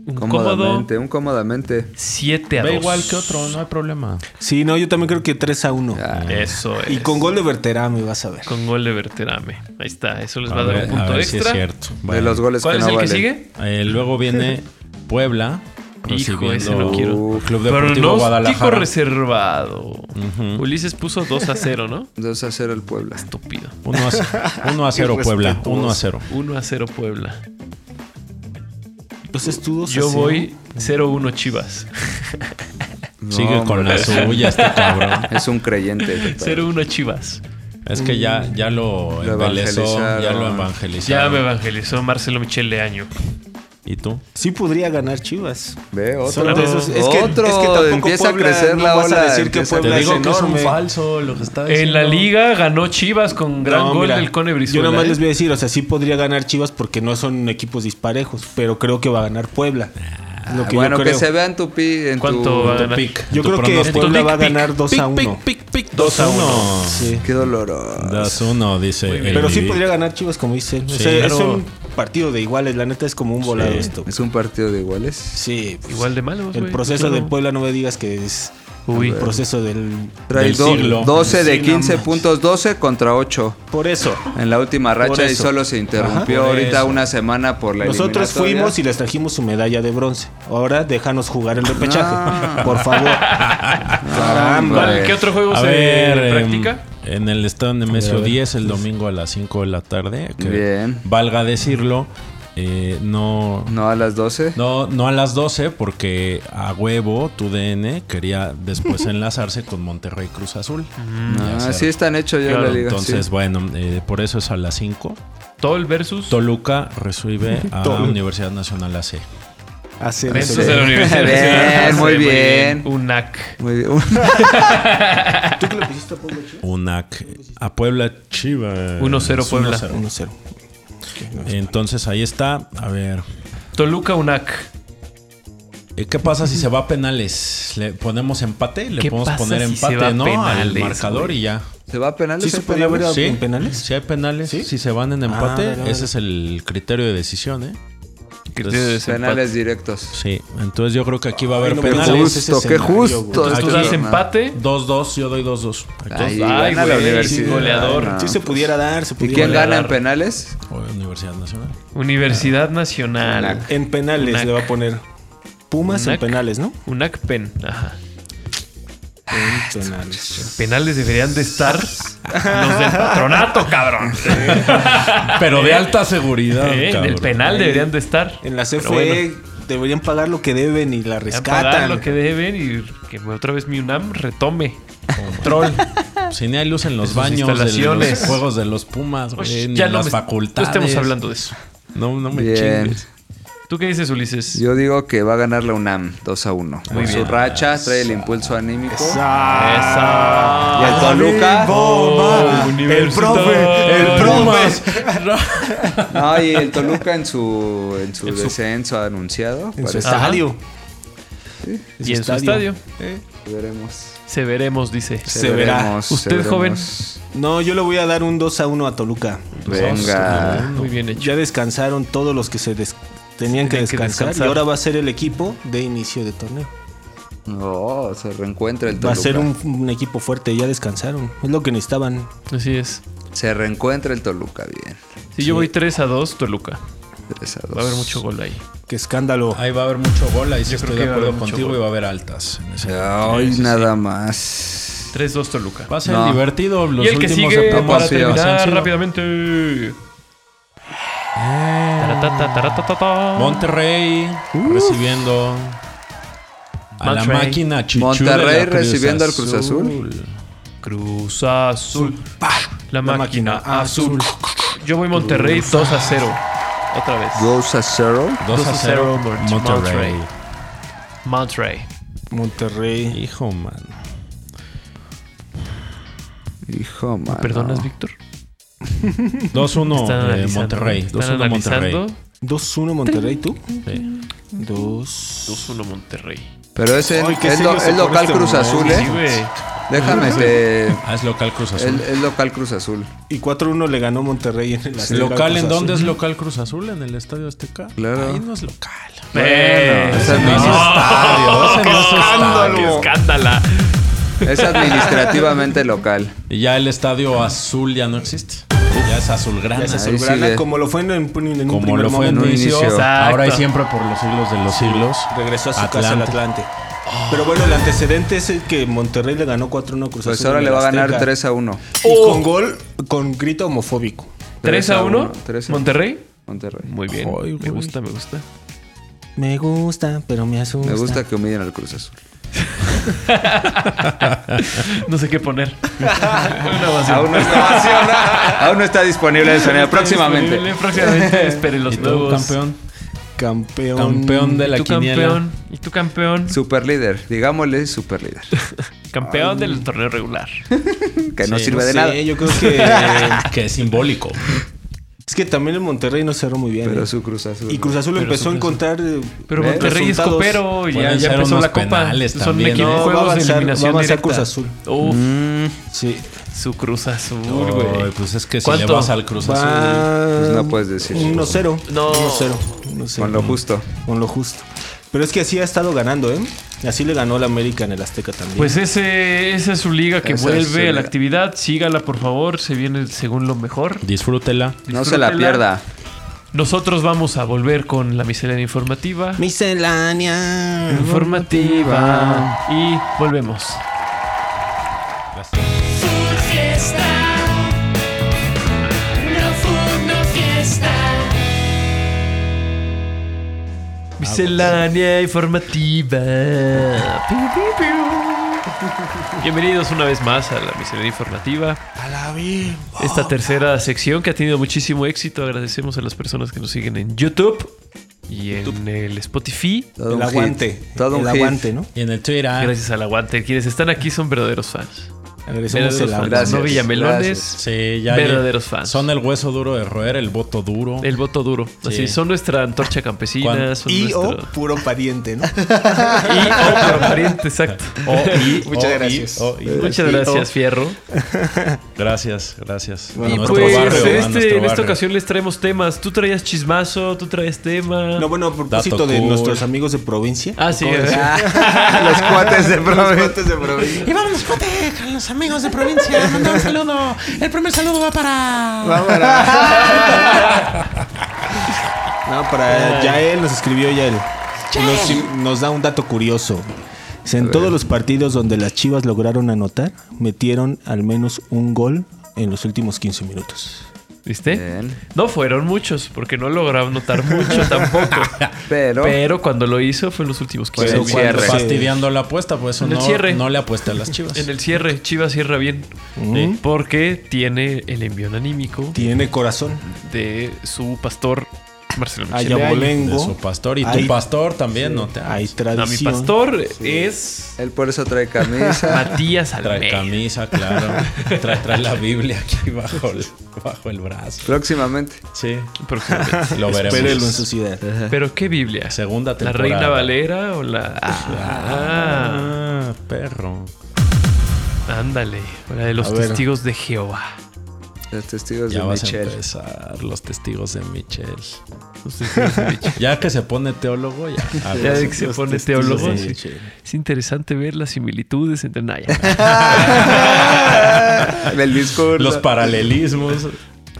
C: Un cómodo
D: Cómodamente, un cómodamente.
C: 7 a
E: Ve
C: 2.
E: igual que otro, no hay problema.
F: Sí, no, yo también creo que 3 a 1.
C: Ah, Eso es.
F: y con gol de verterame, vas a ver.
C: Con gol de Berterame. Ahí está, eso les Pues va
E: A
C: a dar
E: ver,
C: un
E: a
C: punto
E: ver si es
C: extra.
E: cierto.
D: De
E: Bueno.
D: los goles
C: ¿Cuál
D: que
C: es
D: no
C: el
D: valen.
C: que sigue?
E: Eh,
C: (laughs)
E: luego viene Puebla.
C: Hijo, ese
E: recibiendo
C: lo quiero.
E: Club Deportivo
C: Pronóstico
E: Guadalajara.
C: reservado. Ulises puso 2 a 0, ¿no?
D: 2 a 0 el Puebla.
C: Estúpido.
E: 1 a 0,
C: (laughs)
E: Puebla. 1 a 0.
C: 1 a 0 Puebla.
F: Entonces tú dos a
C: Yo
F: cero.
C: voy 0-1 Chivas.
E: Sigue
D: hombre.
E: con la
C: (laughs)
E: suya este cabrón.
D: Es un creyente. total.
C: 0-1 Chivas.
E: Es que ya, ya lo,
D: Lo
E: embelezó, ya
D: evangelizaron.
E: lo evangelizó.
C: Ya me evangelizó Marcelo Michel de año.
E: ¿Y tú?
F: Sí podría ganar Chivas.
D: Ve, otro.
F: Son de esos- es que-
D: otro.
F: es que tampoco
D: empieza
F: Puebla,
D: a crecer
F: no
D: la
F: vas a
D: ola.
F: decir que
D: empieza a
F: Puebla
E: Te
F: es
E: digo
D: crecer.
E: que es un
F: enorme.
E: falso lo que está diciendo.
C: En la liga ganó Chivas con gran
F: No,
C: gol
F: mira,
C: del Cone
F: Yo
C: Brizuela.
F: nada más les
C: ¿eh?
F: voy a decir, o sea, sí podría ganar Chivas porque no son equipos disparejos, pero creo que va a ganar Puebla.
C: Ah,
F: Es Lo que
D: bueno,
F: yo
D: que
F: creo.
D: se vea en tu pi. En
C: ¿Cuánto
D: tu-
C: va a ganar?
E: Pic,
F: Yo
E: tu
F: creo que
E: pronóstico.
F: Puebla
C: Pic,
F: va a
C: pic,
F: ganar 2 a 1.
E: Pic, pic, pic, 2 a 1.
F: Sí.
D: Qué doloroso.
E: 2 a 1, dice. el
F: Pero sí
E: Vivi.
F: podría ganar Chivas, como dice. él. O
E: Eh, Sí,
F: sea, Es
E: claro.
F: un partido de iguales, la neta es como un volado esto.
D: Es un partido de iguales.
F: Sí, pues,
C: Igual de malos,
F: El
C: güey,
F: proceso
C: claro.
F: del Puebla no me digas que es
C: Uy.
F: el proceso del...
D: Trae
E: Del
D: do-
E: siglo.
D: 12 de
F: Sí, no
D: 15
F: manches.
D: puntos, 12 contra 8.
F: Por eso.
D: En la última
F: Por
D: racha y
F: eso.
D: solo se interrumpió
E: Ajá. Por
D: ahorita
E: eso.
D: una semana por la
F: Nosotros
D: eliminatoria.
F: fuimos y les trajimos su medalla de bronce. Ahora déjanos jugar el repechaje, por favor. Caramba.
C: ¿Cuál- ¿Qué otro juego
E: A
C: se
E: ver, em,
C: practica?
E: En el estadio
F: A
E: Nemesio
F: ver, a ver.
E: 10 el domingo a las 5 de la tarde. que
D: Bien.
E: Valga decirlo, eh, no,
D: No a las 12.
E: no, no a las 12 porque a huevo tu DN quería
D: (laughs)
E: después enlazarse con Monterrey Cruz Azul. Ya
D: Ah,
E: sé.
D: sí están hechos ya
C: Claro,
D: la liga.
E: Entonces,
D: sí.
E: bueno, eh, por eso es a las 5.
C: Tol versus.
E: Toluca
D: (laughs)
E: recibe a la
F: Toluca.
E: Universidad Nacional AC.
F: Hacer
C: Versus
F: ese-
C: de la
F: (laughs)
C: Universidad
D: Bien,
C: Nacional.
D: muy
C: Sí,
D: bien.
C: Un NAC.
D: Muy bien. (laughs)
F: ¿Tú qué le pusiste a Puebla, Chivas?
E: UNAC a Puebla Chivas.
C: 1-0 Puebla.
E: 1-0.
F: 1-0.
E: Entonces ahí está. A ver.
C: Toluca, un NAC.
E: Eh, ¿Qué pasa si se va a penales? ¿Le ponemos empate? ¿Le
C: ¿Qué
E: podemos
C: pasa
E: poner
C: si se
E: empate,
C: va a
E: no? Al
C: penales,
E: marcador
C: güey?
E: y ya.
D: ¿Se va a penales?
F: ¿Sí se podía haber dado
E: Sí.
F: en penales?
E: Si hay penales, si se van en
F: Ah,
E: empate,
F: vale, vale.
E: ese es el criterio de decisión, ¿eh?
C: Criterio de
E: Entonces,
C: desempate.
D: Penales directos.
E: Sí, entonces yo creo que aquí va a haber
F: Ay, no me
E: penales.
D: Justo,
F: gusta. ese
D: qué
F: escenario,
D: justo.
F: güey.
C: Entonces tú
D: Este
C: das
D: programa.
C: empate.
F: Ah.
E: 2-2, yo doy 2-2.
D: Ay,
C: Ay,
D: gana la
C: güey,
D: universidad.
C: goleador.
D: Ah.
F: Si se pudiera dar, se
D: ¿Y
F: pudiera
D: quién
F: dar.
D: gana en penales?
E: O Universidad Nacional.
C: Universidad Nacional.
D: Unac.
F: En penales
C: Unac.
F: le va a poner Pumas en
C: Unac.
F: penales, ¿no?
C: UNAC Pen. Ajá.
D: Ah,
F: En penales.
C: Penales deberían de estar los
F: (laughs)
C: del patronato, cabrón.
E: Pero de alta seguridad.
C: Eh, En el
E: cabrón.
C: penal deberían de estar.
F: En la E,
C: Pero
F: CFE
C: bueno,
F: deberían pagar lo que deben y la
C: deberían pagar
F: rescatan.
C: lo que deben y que otra vez mi UNAM retome. (laughs)
E: Control. Si ni hay luz en los
C: Sus
E: baños, de los
C: instalaciones.
E: juegos de los Pumas, güey, ni en las
C: me-
E: facultades.
C: no estemos hablando de eso.
E: No, no me
D: Bien.
E: chingues.
C: ¿Tú qué dices, Ulises?
D: Yo digo que va a ganar la UNAM 2 a 1. Con su
C: bien.
D: racha, trae el impulso anímico.
C: Esa.
D: Y el Toluca.
C: Oh, universidad.
E: Pumas.
D: No, y el Toluca en su, en su
C: En su-
D: descenso anunciado.
F: En su
D: parece.
C: Ajá.
F: estadio.
C: Y en su estadio.
D: Veremos.
C: Se veremos, dice.
F: Se verá.
D: Veremos,
C: Usted,
D: veremos.
C: joven.
F: No, yo le voy a dar un 2 a 1 a Toluca.
D: Venga.
C: Muy bien hecho.
F: Ya descansaron todos los que se des- tenían
C: Tenían
F: que
C: que
F: descansar,
C: descansar.
F: y ahora va a ser el equipo de inicio de torneo.
D: No, se reencuentra el Toluca.
F: Va a ser un, un equipo fuerte, ya descansaron. Es lo que necesitaban.
C: Así es.
D: Se reencuentra el Toluca, bien.
C: Si yo voy 3 a 2, Toluca.
D: 3 a 2.
C: Va a haber mucho gol ahí.
F: Qué escándalo.
E: Ahí va a haber mucho gol, ahí sí estoy
C: creo
E: de
C: que va a haber
E: acuerdo
C: mucho
E: contigo
C: gol.
E: y va a haber altas. en ese.
D: Ay, nada más.
C: 3-2 Toluca.
E: Va a ser
D: No.
E: divertido los
C: y el que
E: últimos
C: sigue
E: septiembre
C: para
E: han sido- Eh.
C: terminar
E: han sido-
C: rápidamente. Taratata, taratatata.
E: Monterrey recibiendo a la
C: Monterrey.
E: máquina chichu
D: Monterrey
E: de la Cruz
D: recibiendo al Cruz Azul.
C: Cruz Azul. La, máquina,
F: máquina
C: azul. Yo voy Monterrey 2 a 0. Otra vez.
D: Goes a zero.
E: 2 a 0
C: Mont-
E: Monterrey.
C: Monterrey. Monterrey.
F: Monterrey.
E: Hijo, man.
D: Hijo, mano.
C: ¿Perdonas, Víctor?
E: 2-1
C: Están
E: eh,
C: analizando.
E: Monterrey.
C: Están
E: 2-1 Monterrey.
C: analizando.
F: 2-1 Monterrey, tú.
E: Sí.
F: 2.
C: 2-1 Monterrey.
D: Pero es, el,
F: Ay, qué
D: es lo-
F: serio se
D: es
F: pone
D: local
F: este
D: Cruz
F: mamón,
D: Azul,
C: Sí,
D: ¿eh?
C: güey.
D: Déjame te.
E: Ah, es local Cruz Azul.
D: el- Es local Cruz Azul.
F: Y 4-1 le ganó Monterrey en el Azteca
E: ¿Local
F: Cruz
E: en dónde es
F: Azul.
E: local Cruz Azul? ¿En el Estadio Azteca?
D: Claro.
E: Ahí no es local.
C: Eh,
D: es el mismo
E: estadio, es el
C: (laughs) ¡Qué
E: mismo
C: escándalo!
E: estadio.
C: ¡Qué escándala!
D: Es administrativamente local.
E: Y ya el Estadio Azul ya no existe. Ya es azulgrana.
F: Ya se
D: Ahí
F: azulgrana,
D: sigue.
F: como lo fue en, en- en un
E: Como
F: primer
E: lo fue en
F: momento.
E: un inicio,
D: inicio.
E: ahora y
C: Exacto.
E: siempre por los siglos de los siglos.
F: Regresó a su casa al Atlante. Pero bueno, el antecedente es el que Monterrey le ganó 4-1 a Cruz
D: Pues
F: Azul
D: ahora
F: en
D: le
F: el
D: va a ganar
F: Azteca.
D: 3 a 1.
F: Y con gol, con grito homofóbico.
C: 3 a 1.
D: Tres a uno.
C: Monterrey.
D: Monterrey.
C: Muy bien.
E: Ay,
C: me
E: güey.
C: gusta, me gusta.
F: Me gusta, pero me asusta.
D: Me gusta que humillen al Cruz Azul.
C: No sé qué poner. Una vacía.
D: Aún no está, aún no está disponible el sonido. Próximamente.
C: Próximamente. Esperen los
E: ¿Y tú,
C: nuevos.
E: campeón?
F: Campeón.
E: Campeón de
C: ¿Y
E: la
C: tú,
E: quiniela.
C: campeón? ¿Y tú campeón?
D: Super líder. Digámosle super líder.
C: Campeón del torneo regular.
D: Que no
E: Sí,
D: sirve
F: No
D: de
F: sé,
D: nada.
F: yo creo
E: (laughs)
F: que...
E: Eh, que es simbólico.
F: es que también el Monterrey no cerró muy bien.
D: Pero
F: ¿eh?
D: su Cruz Azul.
F: Y Cruz Azul
C: Pero
F: empezó a
C: su-
F: encontrar... eh,
C: Pero
D: ¿Eh?
C: Monterrey es
F: resultados.
C: copero y ya, ya
E: Pueden ser
C: empezó
E: unos
C: la copa.
E: penales
C: Son
E: también,
C: equipos
E: ¿no?
F: Va a
C: juegos de
F: avanzar-
C: eliminación
F: va a avanzar
C: directa.
F: Cruz Azul.
C: Uf,
D: Mm,
F: Sí.
C: su Cruz Azul,
E: Ay,
C: güey.
E: pues es que si
C: ¿Cuánto?
E: le vas al Cruz Azul.
D: Pues no puedes decir.
F: 1-0.
C: No.
F: 1-0. 1-0.
D: con lo justo.
F: Con lo justo. Pero es que así ha estado ganando, ¿eh? Así le ganó el América en el Azteca también.
C: Pues ese, esa es su liga que
D: Esa es su
C: vuelve a la
D: liga.
C: actividad. Sígala, por favor. Se viene según lo mejor.
E: Disfrútela.
D: No se la
C: Disfrútela.
D: pierda.
C: Nosotros vamos a volver con la miscelánea informativa.
F: Miscelánea.
C: Informativa. Y volvemos.
A: Food Fiesta. No food, no fiesta.
C: Miscelánea informativa. Piu, piu, piu. Bienvenidos una vez más a la miscelánea informativa.
F: A la vez.
C: Esta tercera sección que ha tenido muchísimo éxito. Agradecemos a las personas que nos siguen en YouTube y en el Spotify.
D: Todo
F: El
D: un hit.
F: aguante.
D: Todo
F: el
D: un hit.
F: aguante, ¿no?
E: Y en el Twitter.
C: Gracias al aguante. Quienes están aquí son verdaderos fans.
F: Agradecemos el
C: Verdaderos fans.
F: aguante.
D: Gracias.
C: No villamelones.
E: Sí, ya
C: Verdaderos fans.
E: Son el hueso duro de roer, el voto duro.
C: El voto duro.
E: Sí.
C: Así, son nuestra antorcha campesina.
E: Cuan-
C: Son
F: Y o
C: nuestro-
F: puro pariente, ¿no? (laughs)
C: Y o pero pariente, exacto. (laughs)
F: Muchas gracias.
C: Muchas gracias, Fierro.
E: Gracias, gracias. A
F: Bueno,
E: nuestro
C: Pues
E: barrio,
C: en,
E: a
C: este-
E: nuestro
C: en esta
E: barrio.
C: ocasión les traemos temas. Tú traías chismazo, tú traes tema.
F: No, bueno, a propósito
E: Dato
F: de
E: cool.
F: nuestros amigos de provincia.
C: ah, sí.
F: ¿Cómo decir?
D: (laughs) Los cuates de provincia.
F: Antes de provincia.
G: Y vamos, Cote, con los amigos de provincia. Mandar un saludo. El primer saludo va para.
F: No, para Ah, Yael, nos escribió Yael. Nos, nos da un dato curioso. Dice, En todos los partidos donde las Chivas lograron anotar, metieron al menos un gol en los últimos 15 minutos.
C: ¿Viste?
D: Bien.
C: No fueron muchos, porque no lograron notar mucho tampoco.
D: Pero,
C: Pero cuando lo hizo fue en los últimos
D: Fue
C: 15
D: en el
C: minutos.
E: Cuando
D: cierre.
E: Fastidiando la apuesta, por eso
C: En el
E: no,
C: cierre.
E: no le apuesta a las chivas.
C: En el cierre, Chivas cierra bien. Sí. Porque tiene el envión anímico
F: Tiene corazón.
C: de su pastor Marcelo
F: Ah,
C: Michel.
E: de su
F: Ayabolengo.
E: pastor. Y tu
F: Ahí-
E: pastor también, no te
F: Hay
C: No,
F: tradición.
C: mi pastor es
D: él por eso
C: (laughs)
D: trae camisa.
C: Matías
E: Trae
C: Almeida.
D: (laughs)
E: camisa, claro. trae, trae la Biblia aquí bajo el, bajo el brazo.
D: Próximamente.
E: Sí, (laughs)
C: Próximamente.
E: lo veremos.
F: Espérenlo en su ciudad.
C: Pero qué Biblia.
E: Segunda
C: ¿La
E: temporada.
C: Reina Valera o la. Ah,
E: Ah, perro.
C: ándale. O la de los
F: A ver.
C: testigos de Jehová.
D: Los testigos
E: Ya
D: Pues de
E: vas a
D: Michelle.
E: empezar los testigos de Michelle.
C: Los testigos de Michel.
E: Ya que se pone
D: (laughs)
E: teólogo, ya.
C: Ya de que se
F: Los
C: pone
F: testigos
C: teólogo.
F: de
C: sí.
F: Michel.
C: Es interesante ver las similitudes entre Naya.
F: (laughs)
D: Del discurso.
E: Los paralelismos.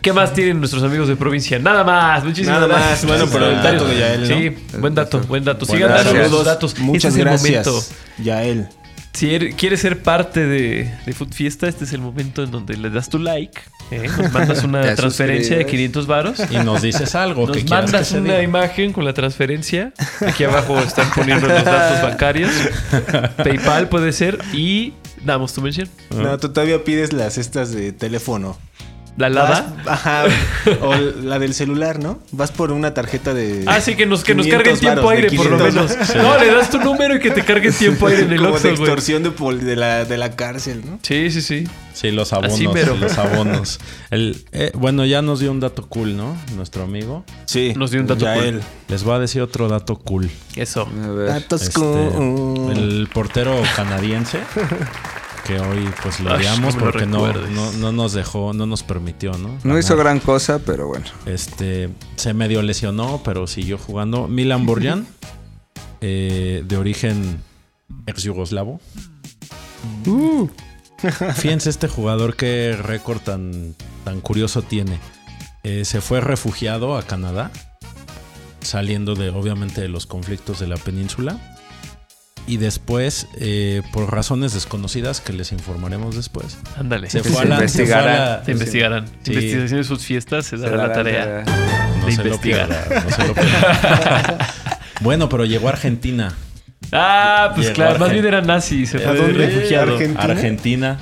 C: ¿Qué más tienen nuestros amigos de provincia? Nada más, muchísimas
F: Nada más.
C: gracias.
F: Bueno, pero el dato de Yael, ¿no?
C: Sí, buen dato, buen dato. Sigan
D: dato.
C: dando los
D: Gracias.
C: datos.
F: Muchas
C: Este es el
F: gracias,
C: momento.
F: Yael.
C: Si er- quieres ser parte de, de Food Fiesta, este es el momento en donde le das tu like, ¿eh? nos mandas
D: Te
F: (laughs)
C: una
D: suscribes.
C: transferencia de 500 varos.
E: Y nos dices algo que
C: Nos
E: quieras que
C: mandas
E: se
C: una
E: diga.
C: imagen con la transferencia. Aquí abajo están poniendo los datos bancarios. PayPal puede ser. Y damos tu mención.
F: No, tú todavía pides las estas de teléfono.
C: La lada.
F: Vas- Ajá. O la del celular, ¿no? Vas por una tarjeta de.
C: Así Ah, que nos, que nos
F: 500
C: cargue el tiempo
F: varos, de
C: aire, por lo
F: 500
C: menos. No, le das tu número y que te cargue el tiempo
F: (laughs)
C: aire en el
F: Como de
C: Oxxo, güey.
F: extorsión de, pol- de, la, de la cárcel, ¿no?
C: Sí, sí, sí.
E: Sí, los abonos.
C: Así mero.
E: Los abonos. El, eh, bueno, ya nos dio un dato cool, ¿no? Nuestro amigo.
F: Sí.
C: Nos dio un
E: Pues
C: dato
F: Yael.
C: cool.
E: Les voy a decir otro dato cool.
C: Eso.
D: A ver.
F: Datos
E: Este,
D: Mm.
F: cool.
E: el portero
D: (laughs)
E: canadiense que hoy pues lo
C: Ay,
E: odiamos
C: cómo lo
E: porque no,
C: recuerdes.
E: no- no nos dejó, no nos permitió, ¿no?
D: No
E: Ganar.
D: hizo gran cosa, pero bueno.
E: Este se medio lesionó, pero siguió jugando. Milan Borjan, eh, de origen ex yugoslavo. Fíjense este jugador qué récord tan, tan curioso tiene. Eh, se fue refugiado a Canadá, saliendo de obviamente de los conflictos de la península. Y después, eh, por razones desconocidas que les informaremos después,
C: Ándale.
E: se
C: Se,
D: Sí,
E: fue a
D: se
E: la- se fue a la-
D: investigarán.
C: investigarán.
E: Sí.
C: Investigación de sus fiestas se dará la tarea.
E: No
C: de
E: se lo
C: investigar.
E: pierda, no se lo pierda. (laughs) bueno, pero llegó a Argentina.
C: Ah, pues
E: Llegó
C: claro.
E: Argen-
C: Más bien era nazi. Se
E: Eh,
C: fue de (laughs)
E: dónde?
C: refugiado.
F: Argen-
E: Argentina.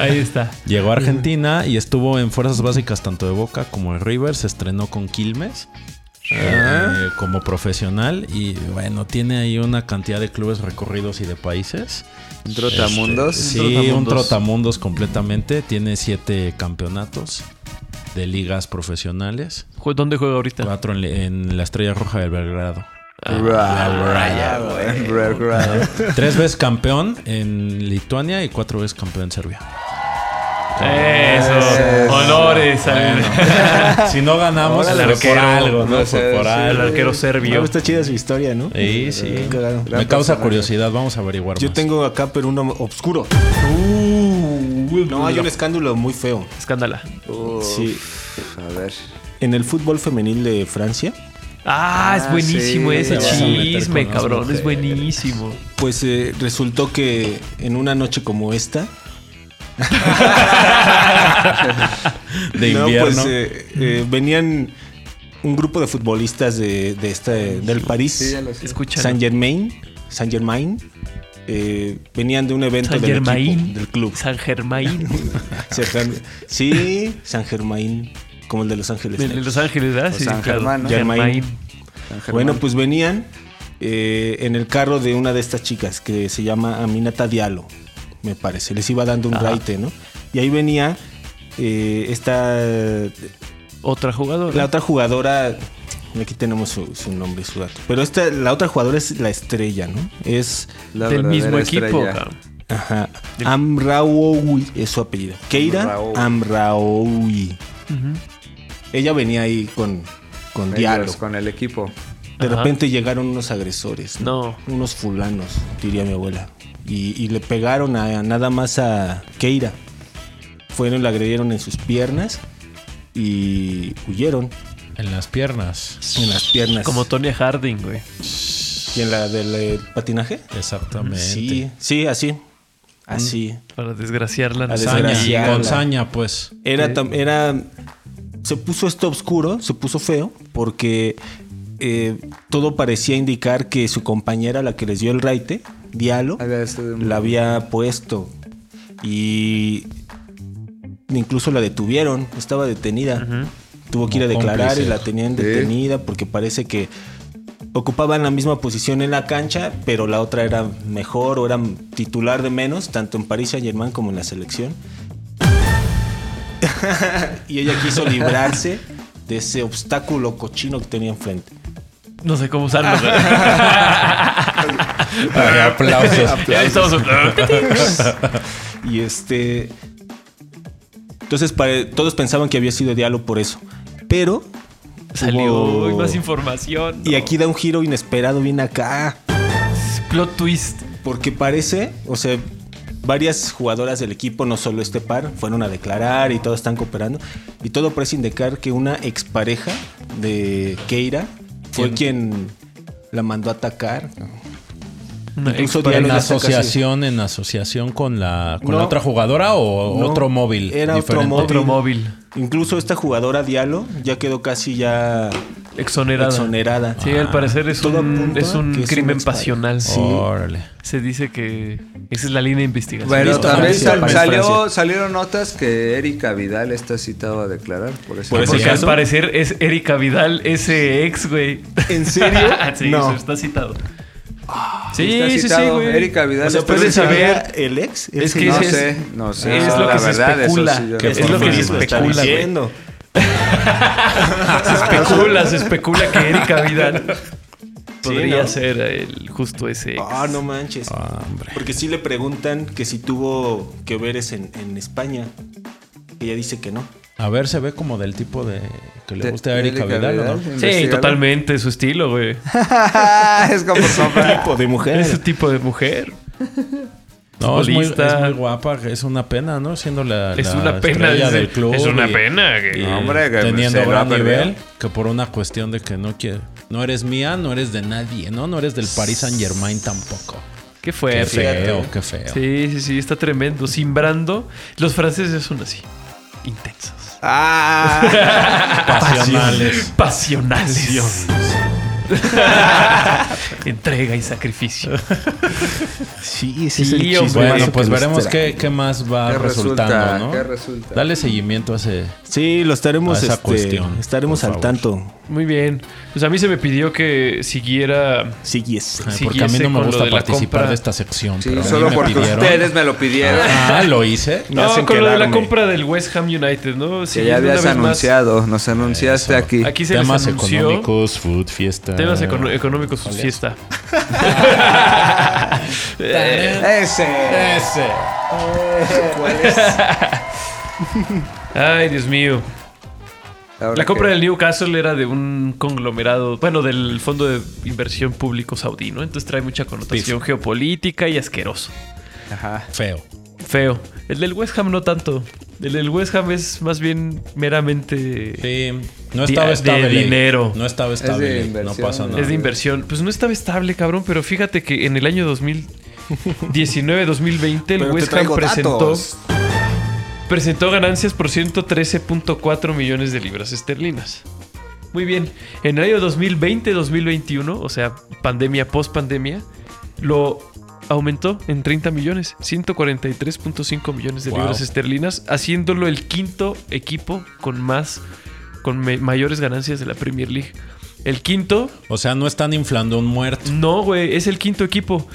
C: Ahí está.
E: Llegó a Argentina y estuvo en fuerzas básicas tanto de Boca como de River. Se estrenó con Quilmes
C: Ah.
E: eh, como profesional. Y bueno, tiene ahí una cantidad de clubes recorridos y de países.
D: Un trotamundos.
E: Este, sí, un
C: Trotamundos.
E: trotamundos completamente. Tiene siete campeonatos de ligas profesionales.
C: Jue- ¿Dónde juega ahorita?
E: Cuatro en, le- en la Estrella Roja del Belgrado.
C: ah,
D: Ra- ra- ra-
E: (laughs) Tres veces campeón en Lituania y cuatro veces campeón en Serbia.
F: (laughs)
C: Eso.
D: Eso.
C: Honores al,
E: Bueno, si no ganamos,
C: Órale,
E: fue por
C: arquero.
E: algo, ¿no?
D: No
E: Fue
D: sé,
E: por
D: sí.
E: algo.
C: al arquero serbio.
F: No, este- está chida su historia, ¿no?
E: Sí, sí.
F: Claro.
E: Me causa curiosidad, vamos a averiguar
F: Yo
E: más.
F: tengo acá, pero uno oscuro. No, hay un escándalo muy feo.
C: Escándala.
F: Sí.
D: A ver.
F: En el fútbol femenil de Francia,
C: Ah, es
D: Ah,
C: buenísimo
D: sí,
C: ese
D: te vas a
E: meter
C: chisme,
E: con las
C: cabrón.
E: mujeres.
C: Es buenísimo.
F: pues eh, resultó que en una noche como esta,
E: De
F: no,
E: invierno.
F: pues eh, eh, venían un grupo de futbolistas de, de este, del París,
D: Sí, ya lo sé.
C: Escúchalo.
F: Saint Germain, Saint Germain, eh, venían de un evento del, equipo,
C: Saint-Germain.
F: del club.
C: San (laughs) Germain.
F: (laughs) Se jan- sí, San Germain, como el de Los Ángeles.
C: De de Los Ángeles, ¿verdad?
D: O San Germán, ¿no?
C: Este, Germain.
D: San Germán.
F: Bueno, pues venían eh, en el carro de una de estas chicas que se llama Aminata Diallo, me parece. Les iba dando un
C: Ajá.
F: raite, ¿no? Y ahí venía eh, esta.
C: Otra jugadora.
F: La otra jugadora. Aquí tenemos su, su nombre y su dato. Pero esta, la otra jugadora es la estrella, ¿no? Es.
D: La
C: del mismo
D: verdadera
C: equipo,
D: estrella.
C: cabrón.
F: Ajá. Amraoui es su apellido. Keira
D: Amraoui.
F: Amraoui. Ella venía ahí con, con
D: Ellos,
F: Diallo.
D: con el equipo.
F: De
C: Ajá.
F: repente llegaron unos agresores. ¿no?
C: No.
F: unos fulanos, diría mi abuela. Y, y le pegaron a, nada más a Keira. Fueron, la agredieron en sus piernas y huyeron
E: En las piernas.
F: en las piernas.
C: Como Tonya Harding, güey.
F: ¿Y en la del eh, patinaje?
E: Exactamente.
F: Sí, sí, así. Así.
C: Para desgraciarla.
F: A
C: ¿no?
E: Saña,
F: Desgraciada.
E: con saña, pues.
F: (laughs) Era, tam- era. Se puso esto oscuro, se puso feo, porque eh, todo parecía indicar que su compañera, la que les dio el raite, Diallo,
D: Había estado un-
E: Mm.
F: la había puesto y incluso la detuvieron, estaba detenida. Tuvo que ir a
E: Como
F: declarar y
E: cómplice.
F: la tenían detenida porque parece que ocupaban la misma posición en la cancha, pero la otra era mejor o era titular de menos, tanto en París Saint Germain como en la selección. (laughs) y ella quiso librarse de ese obstáculo cochino que tenía enfrente.
C: No sé cómo (laughs) usarlo, güey.
E: aplausos.
C: Ahí (laughs) estamos.
F: Y este. Entonces, para- todos pensaban que había sido diálogo por eso. Pero.
C: Salió y
F: hubo-
C: más información.
F: Y
C: No.
F: aquí da un giro inesperado, bien acá.
C: Plot twist.
F: Porque parece, o sea, varias jugadoras del equipo, no solo este par, fueron a declarar y todas están cooperando. Y todo parece indicar que una expareja de Keira fue quien la mandó a atacar.
C: Una
F: Incluso
E: Pero
F: Diallo
E: en
F: ya está casi-
E: asociación, en asociación con la, con
F: No.
E: la otra jugadora o
F: No,
E: otro móvil.
F: era otro
E: diferente?
F: móvil.
C: Otro móvil.
F: Incluso esta jugadora Diallo ya quedó casi ya
C: Exonerada.
F: Exonerada.
C: Sí, al parecer es
F: Todo
C: un,
F: apunta
C: es un
F: que es
C: crimen
F: un expa-
C: pasional.
F: Ah. Sí.
E: Órale.
C: Se dice que esa es la línea de investigación.
D: Bueno,
F: Listo,
D: también
F: Francia,
D: sal-
F: Francia.
D: salió, salieron notas que Erika Vidal está citada a declarar por eso.
F: Por ese
C: Porque al
F: caso.
C: parecer es Erika Vidal, ese ex, güey.
F: ¿En serio?
C: (laughs) sí,
F: No. Ah,
C: eso está citado. Sí,
D: Está
C: sí, sí,
D: citado.
C: güey.
D: Erika Vidal
C: O sea,
D: está
C: puedes
D: citada.
C: saber.
F: el ex.
C: Es
F: Sí.
C: que
D: no
C: ese es-
D: sé, no sé.
C: es
D: no,
C: lo
D: la
C: que se
D: verdad, eso
C: especula.
D: sí yo no
E: Que
D: sé.
C: es lo que se
E: Está
C: especula, güey.
F: diciendo.
C: Ah, Se especula, se especula que Erika
F: (laughs)
C: Vidal podría
F: ¿no?
C: ser el justo ese ex.
F: Ah, no manches.
E: Hombre.
F: Porque sí le preguntan que si tuvo que ver es en, en España. Ella dice que no.
E: A ver, se ve como del tipo de que le
D: De-
E: gusta a Erika
D: Erika
E: Vidal, ¿o no?
D: Vidal.
C: Sí,
D: Investígalo.
C: totalmente su estilo,
F: (laughs)
C: güey.
D: (laughs) es como comprar.
F: Tipo de mujer.
C: Ese tipo de mujer.
E: No, es muy,
C: Futbolista.
E: es muy guapa, es una pena, ¿no? Siendo la,
C: Es
E: la
C: una pena,
E: estrella
C: dice,
E: del club.
C: es una pena, que-
E: y
D: No, hombre, que
E: teniendo
D: se lo
E: gran
D: va a perder.
E: nivel, que por una cuestión de que no quiere, no eres mía, no eres de nadie, ¿no? No eres del Paris Saint Germain tampoco.
C: Qué
E: Qué
C: fuerte.
E: feo, qué feo.
C: Pues, Sí, sí, sí, está tremendo. Simbrando. Los franceses son así. Intensos.
D: Ah,
C: (laughs)
E: Pasionales.
C: Pasionales. (laughs) Entrega y sacrificio.
F: Sí, ese
C: es el
E: Bueno, pues veremos qué, qué más va
D: ¿Qué resulta?
E: resultando, ¿no?
D: ¿Qué resulta?
E: Dale seguimiento a ese. eh,
F: Sí, lo estaremos,
E: A esa
F: este,
E: cuestión,
F: estaremos
E: por
F: al
E: favor.
F: tanto.
C: Muy bien. Pues a mí se me pidió que siguiera.
F: Sí, yes.
E: Ay, porque a mí no
C: Siguiese con
E: me
C: lo
E: gusta
C: de la
E: participar
C: compra.
E: de esta sección.
D: Sí,
E: pero a mí
D: solo
E: me
D: porque
E: pidieron.
D: ustedes me lo pidieron.
E: Ah, lo hice.
F: Me hacen
C: No, con lo de la
F: quedarme.
C: compra del West Ham United, ¿no? Sí,
D: que ya
C: de una
D: habías
C: vez más.
D: anunciado, nos anunciaste
E: Eso.
D: aquí.
C: Aquí se
E: Temas
C: les anunció.
E: económicos, food, fiesta.
C: Temas econo- económicos, su
E: Ole.
D: (laughs)
C: fiesta.
D: Ese.
E: Ese.
C: Ay, Dios mío.
D: Ahora
C: La compra
D: que-
C: del Newcastle era de un conglomerado, bueno, del Fondo de Inversión Público Saudí, ¿no? Entonces trae mucha connotación geopolítica y asqueroso.
D: Ajá.
E: Feo.
C: Feo. El del West Ham no tanto. El del West Ham es más bien meramente...
E: Sí. No
C: De-
E: estaba
C: de
E: estable.
C: dinero.
E: No estaba estable. no
D: inversión,
E: pasa
D: ¿no?
E: nada.
C: Es de inversión. Pues no estaba estable, cabrón, pero fíjate que en el año 2019, 2020, el
D: Pero te
C: West Ham
D: traigo
C: presentó,
D: datos.
C: presentó ganancias por 113.4 millones de libras esterlinas. Muy bien. En el año 2020-2021, o sea, pandemia, post-pandemia, lo aumentó en 30 millones, 143.5 millones de
E: Wow.
C: libras esterlinas, haciéndolo el quinto equipo con más, con me- mayores ganancias de la Premier League. El quinto
E: O sea, no están inflando un muerto.
C: no, güey, es el quinto equipo.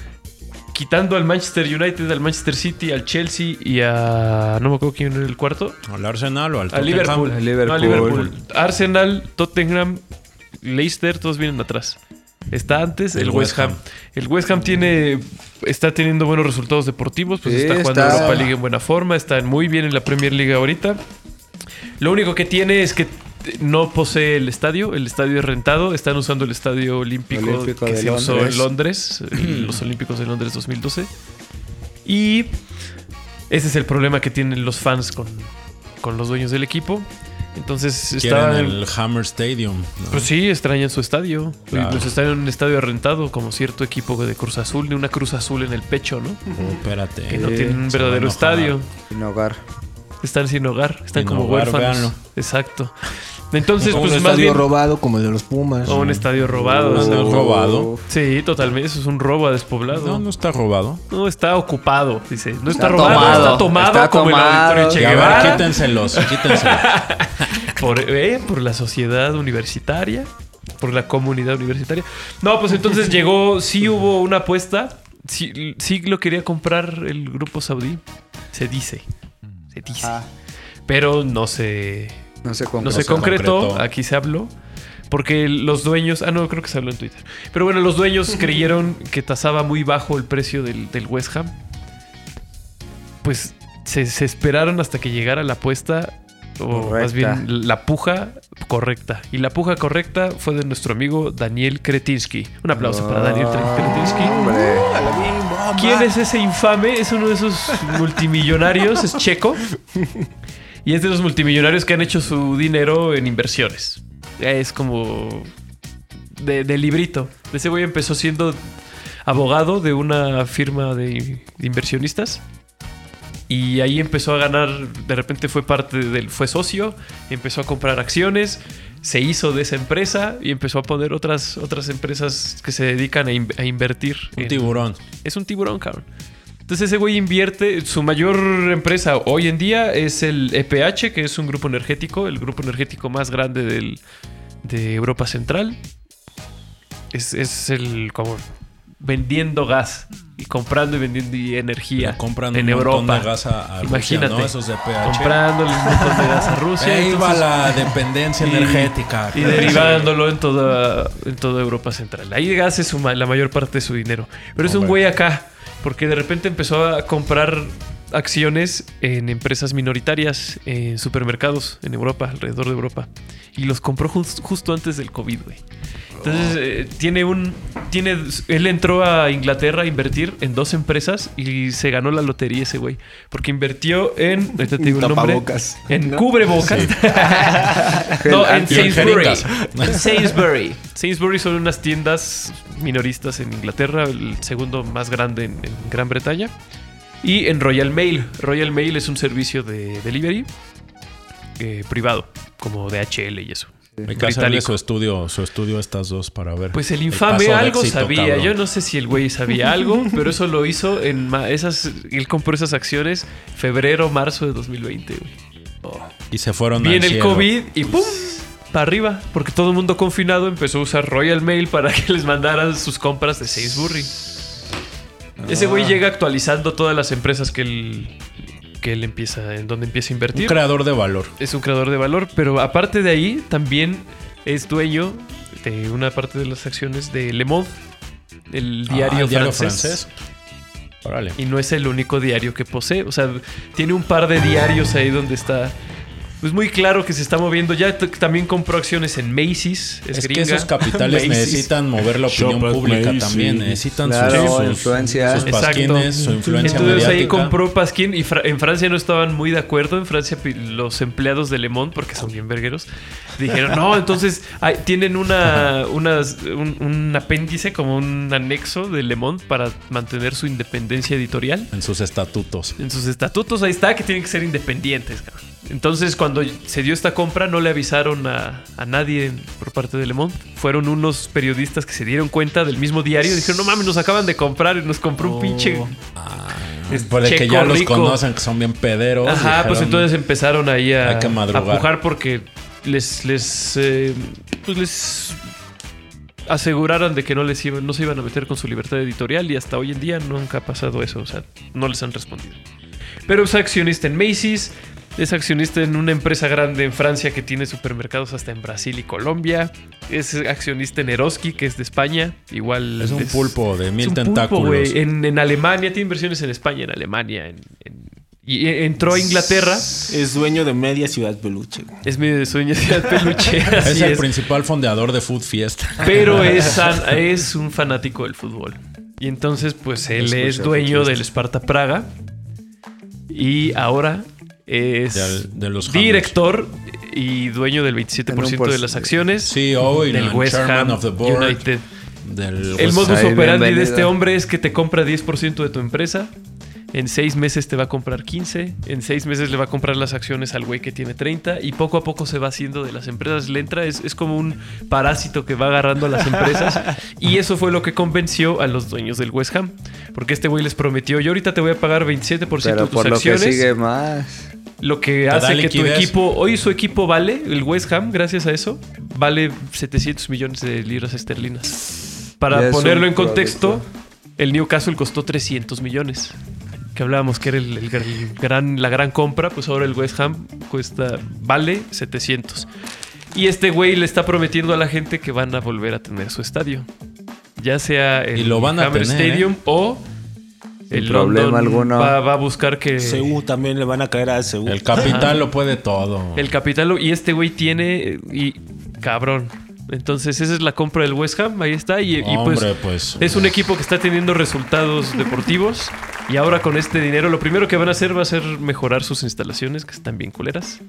C: Quitando al Manchester United, al Manchester City, al Chelsea y a. No me acuerdo quién era el cuarto.
E: Al Arsenal o al
C: Al
E: Tottenham.
C: Liverpool.
D: al Liverpool.
C: No, al Liverpool. Arsenal, Tottenham, Leicester, todos vienen atrás. Está antes el,
E: El
C: West
E: West
C: Ham.
E: Ham.
C: El West Ham tiene. Está teniendo buenos resultados deportivos. Pues
D: Sí,
C: está jugando
D: está-
C: Europa League en buena forma. Está muy bien en la Premier League ahorita. Lo único que tiene es que t- no posee el estadio, el estadio es rentado, están usando el estadio olímpico,
D: Olímpico
C: que
D: de
C: se usó
D: Londres.
C: en Londres, en
D: (clears throat)
C: los Olímpicos de Londres 2012. Y ese es el problema que tienen los fans con, con los dueños del equipo. Entonces
E: Quieren
C: estaban...
E: el Hammer Stadium. ¿no?
C: Pues sí, extrañan su estadio. Y,
E: Claro.
C: Pues están en un estadio rentado, como cierto equipo de Cruz Azul, de una Cruz Azul en el pecho, ¿no?
E: Oh, espérate.
C: Que no tienen un
E: Se va a
C: verdadero
E: enojar.
C: estadio.
D: Sin hogar.
C: Están sin hogar, están
E: Sin
C: como
E: hogar,
C: huérfanos.
E: véanlo.
C: Exacto. Entonces,
F: Como
C: pues
F: un
C: más
F: estadio
C: bien
F: robado como el de los Pumas.
C: o un estadio robado.
E: No, no
C: exacto.
E: es robado.
C: Sí, totalmente, eso es un robo a despoblado.
E: No, no está robado.
C: No, está ocupado, dice. No está,
D: Está
C: robado,
D: tomado.
C: está tomado
D: Está
C: como
D: tomado.
C: el auditorio Che
E: Y a ver,
C: Guevara
E: quítenselos,
C: (laughs)
E: quítenselos.
C: por, eh, por la sociedad universitaria, por la comunidad universitaria. No, pues entonces llegó, sí hubo una apuesta, sí, sí lo quería comprar el grupo saudí, se dice, se dice. Pero no se,
D: No se
C: No
D: compró.
C: se
E: se
C: concretó,
E: concretó.
C: aquí se habló. Porque los dueños. Ah, no, creo que se habló en Twitter. Pero bueno, los dueños creyeron que tasaba muy bajo el precio del, del West Ham. Pues se, se esperaron hasta que llegara la apuesta. O
D: Correcta.
C: más bien la puja correcta. Y la puja correcta fue de nuestro amigo Daniel Kretinsky. Un aplauso para Daniel
D: Ah.
C: Tre- Kretinsky.
D: Hombre.
C: ¿Quién es ese infame? Es uno de esos multimillonarios, es checo. Y es de los multimillonarios que han hecho su dinero en inversiones. Es como de, de librito. Ese güey empezó siendo abogado de una firma de inversionistas. Y ahí empezó a ganar, de repente fue parte del, fue socio, empezó a comprar acciones, se hizo de esa empresa y empezó a poner otras, otras empresas que se dedican a, in- a invertir.
E: Un
C: en-
E: tiburón.
C: es un tiburón, cabrón. Entonces ese güey invierte, su mayor empresa hoy en día es el EPH, que es un grupo energético, el grupo energético más grande del- de Europa Central. Es, es el como vendiendo gas y comprando y vendiendo y energía
E: Le compran
C: en
E: un
C: Europa.
E: montón de gas a, a Rusia,
C: Imagínate,
E: ¿no? Esos de PH.
C: comprándole un montón de gas a Rusia.
E: (laughs) Ahí va
C: entonces-
E: la dependencia
C: y-
E: energética.
C: Y derivándolo en toda, en toda Europa Central. Ahí gas es su ma- la mayor parte de su dinero. Pero es un
E: Hombre.
C: güey acá, porque de repente empezó a comprar acciones en empresas minoritarias, en supermercados en Europa, alrededor de Europa. Y los compró jus- justo antes del COVID, güey. Entonces, eh, tiene un. Tiene, él entró a Inglaterra a invertir en dos empresas y se ganó la lotería ese güey. Porque invirtió en. ahorita te digo el nombre.
F: Tapabocas,
C: En cubrebocas. (laughs)
D: Gel
C: no, en
E: anti-
C: Sainsbury.
E: jericas.
C: En Sainsbury. Sainsbury son unas tiendas minoristas en Inglaterra, el segundo más grande en, en Gran Bretaña. Y en Royal Mail. Royal Mail es un servicio de delivery eh, privado, como DHL y eso.
E: Hay que hacerle
C: Británico.
E: su estudio, su estudio a estas dos para ver.
C: Pues el
E: paso
C: infame
E: de
C: algo
E: éxito,
C: sabía.
E: cabrón.
C: Yo no sé si el güey sabía
E: (laughs)
C: algo, pero eso lo hizo en ma- esas. Él compró esas acciones febrero, marzo de 2020. güey.
E: Y se fueron al
C: Viene el
E: cielo.
C: COVID y ¡pum! Para arriba, porque todo el mundo confinado empezó a usar Royal Mail para (laughs) que les mandaran sus compras de Sainsbury. Ese
E: Ah.
C: güey llega actualizando todas las empresas que él, que él empieza, en donde empieza a
E: Un
C: invertir.
E: creador de valor.
C: es un creador de valor, pero aparte de ahí, también es dueño de una parte de las acciones de Le Monde, el diario,
E: Ah, el diario
C: francés.
E: francés. Órale.
C: Y no es el único diario que posee. O sea, tiene un par de diarios ahí donde está. Pues muy claro que se está moviendo. Ya t- también compró acciones en Macy's. Es,
E: Es que
C: gringa.
E: esos
C: (laughs)
E: capitales
F: Macy's.
E: necesitan mover la opinión
F: Shop at
E: pública
F: Macy's.
E: también. Necesitan
D: Claro,
E: sus, sus-
D: influencia.
E: sus
C: Exacto.
E: pasquines, su influencia
C: Entonces ahí
E: mediática.
C: compró Pasquín y Fra- en Francia no estaban muy de acuerdo. En Francia pi- los empleados de Le Monde, porque son bien vergueros, dijeron, no, entonces ay, tienen una, unas- un, un apéndice como un anexo de Le Monde para mantener su independencia editorial.
E: En sus estatutos.
C: En sus estatutos ahí está que tienen que ser independientes. cabrón. Entonces, cuando se dio esta compra, no le avisaron a, a nadie por parte de Le Monde. Fueron unos periodistas que se dieron cuenta del mismo diario y dijeron: No mames, nos acaban de comprar y nos compró
E: Oh.
C: un pinche. Es
E: Por el Ah, pues que
C: checo
E: ya los
C: rico.
E: conocen, que son bien pederos.
C: Ajá, pues
E: dijeron,
C: entonces empezaron ahí a,
E: Hay que madrugar.
C: a pujar porque les. les eh, pues les aseguraron de que no les iban, no se iban a meter con su libertad editorial y hasta hoy en día nunca ha pasado eso, o sea, no les han respondido. Pero es accionista en Macy's, es accionista en una empresa grande en Francia que tiene supermercados hasta en Brasil y Colombia, es accionista en Eroski, que es de España, igual...
E: Es un pulpo de mil
C: es un pulpo,
E: tentáculos.
C: güey. en, en Alemania, tiene inversiones en España, en Alemania, en- en- y e- entró a Inglaterra,
F: Es dueño de media ciudad peluche. güey.
C: es mi sueño ciudad peluche,
E: (laughs)
C: así
E: es el
C: es.
E: principal fondeador de Food Fiesta.
C: (laughs) pero es, san- es un fanático del fútbol. Y entonces, pues él
D: Escucha,
C: es dueño del Sparta Praga. Y ahora es
E: Del- de los Hammers.
C: director y dueño del 27% de
D: En un
C: las
D: por-
C: acciones
E: CEO y
C: del
E: el
C: West
E: chairman
C: Ham
E: of the board.
C: United.
E: Del
C: El
E: West-
C: modus
D: ahí,
C: operandi de
D: bienvenido.
C: este hombre es que te compra 10% de tu empresa. En seis meses te va a comprar 15. En seis meses le va a comprar las acciones al güey que tiene 30. Y poco a poco se va haciendo de las empresas. Le entra, es, es como un parásito que va agarrando a las
D: (laughs)
C: empresas. y eso fue lo que convenció a los dueños del West Ham. Porque este güey les prometió: Yo ahorita te voy a pagar 27% de
D: Pero
C: tus
D: por lo
C: acciones.
D: que sigue más.
C: Lo que
E: da
C: hace que tu
E: liquidez.
C: equipo, hoy su equipo vale, el West Ham, gracias a eso, vale 700 millones de libras esterlinas.
D: Ya
C: Para
D: es
C: ponerlo
D: un
C: en contexto,
D: producto.
C: el Newcastle costó 300 millones. Que hablábamos que era el, el- el gran, la gran compra, pues ahora el West Ham cuesta, vale 700. Y este güey le está prometiendo a la gente que van a volver a tener su estadio. Ya sea el
E: Y lo van a
C: Hammer
E: tener, ¿eh?
C: Stadium o
D: Sin
C: el
D: problema
C: London
D: alguno.
C: Va, va a buscar que...
F: CU también le van a caer a CU.
E: El capital lo puede todo.
C: El capital y este güey tiene eh, y cabrón. Entonces esa es la compra del West Ham, ahí está y, y, pues,
E: Hombre, pues,
C: es un equipo que está teniendo resultados deportivos y ahora con este dinero lo primero que van a hacer va a ser mejorar sus instalaciones que están bien culeras.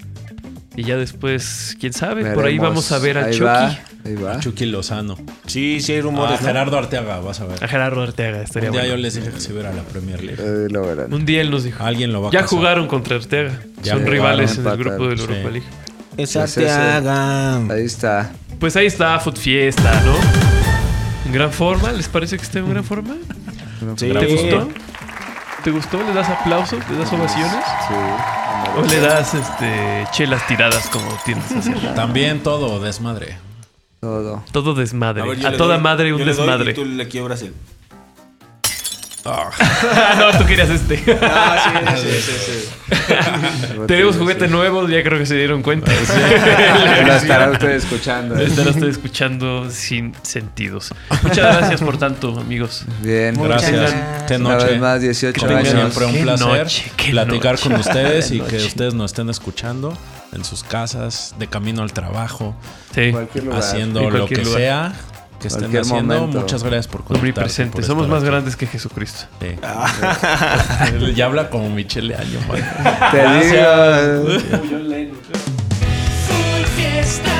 C: Y ya después, quién sabe, por ahí
D: Veremos.
C: vamos a ver al
D: Ahí
C: Chucky.
D: va. Ahí va.
E: Chucky Lozano.
F: Sí, sí hay
E: Ah,
F: rumores. ¿no?
E: Gerardo Arteaga, vas a ver.
C: A Gerardo Arteaga,
E: Un
C: Ah, estaría
E: día yo Ah,
C: bueno.
E: les dije que se viera la Premier League.
D: Ahí lo verán.
C: Un día él nos dijo.
E: Alguien lo va a
C: Ya
E: cazar.
C: jugaron contra Arteaga.
E: Ya
C: Son
E: jugaron,
C: rivales en el
D: empataron,
C: grupo del
E: sí.
C: Europa League.
F: Es
D: Sí, sí, sí.
F: Arteaga.
D: Ahí está.
C: Pues ahí está, Food Fiesta, ¿no? En gran forma, ¿les parece que está en gran forma?
F: Sí.
C: ¿Te gustó? ¿Te gustó? ¿Le das aplausos? ¿Le das ovaciones? ¿O le das este, chelas tiradas como tienes hacer?
E: También todo, desmadre.
D: Todo.
C: Todo desmadre. A,
F: ver, yo le
C: toda
F: doy-
C: madre un
F: yo le doy
C: desmadre.
F: y tú le quiebras el.
C: Ah, no, tú querías
F: (laughs)
C: este.
F: Ah, sí, sí, sí.
C: Tenemos juguete nuevo, ya creo que se dieron cuenta.
F: Ah,
C: (laughs)
D: Lo estarán ustedes escuchando. ¿eh?
C: Estar estoy escuchando sin sentidos. Muchas gracias por tanto, amigos.
D: Bien.
E: Gracias. Qué
D: Una
E: noche.
D: vez más, 18
E: Como
C: tengan
D: años.
E: siempre,
C: Qué
E: un placer
C: noche, qué (laughs)
E: platicar
C: noche.
E: con ustedes y
C: Qué
E: que
C: noche.
E: ustedes nos estén escuchando en sus casas, de camino al trabajo,
C: Sí,
D: Cualquier lugar.
E: haciendo
C: En
E: lo
C: cualquier
E: que
C: lugar.
E: sea que estén
D: Cualquier
E: haciendo.
D: momento.
E: Muchas gracias por conectarte. por
C: omnipresente. Somos
E: estar
C: más
E: aquí.
C: grandes que Jesucristo.
E: Sí. (laughs) ya habla como Michele Año, man.
D: Te digo.
A: Full fiesta.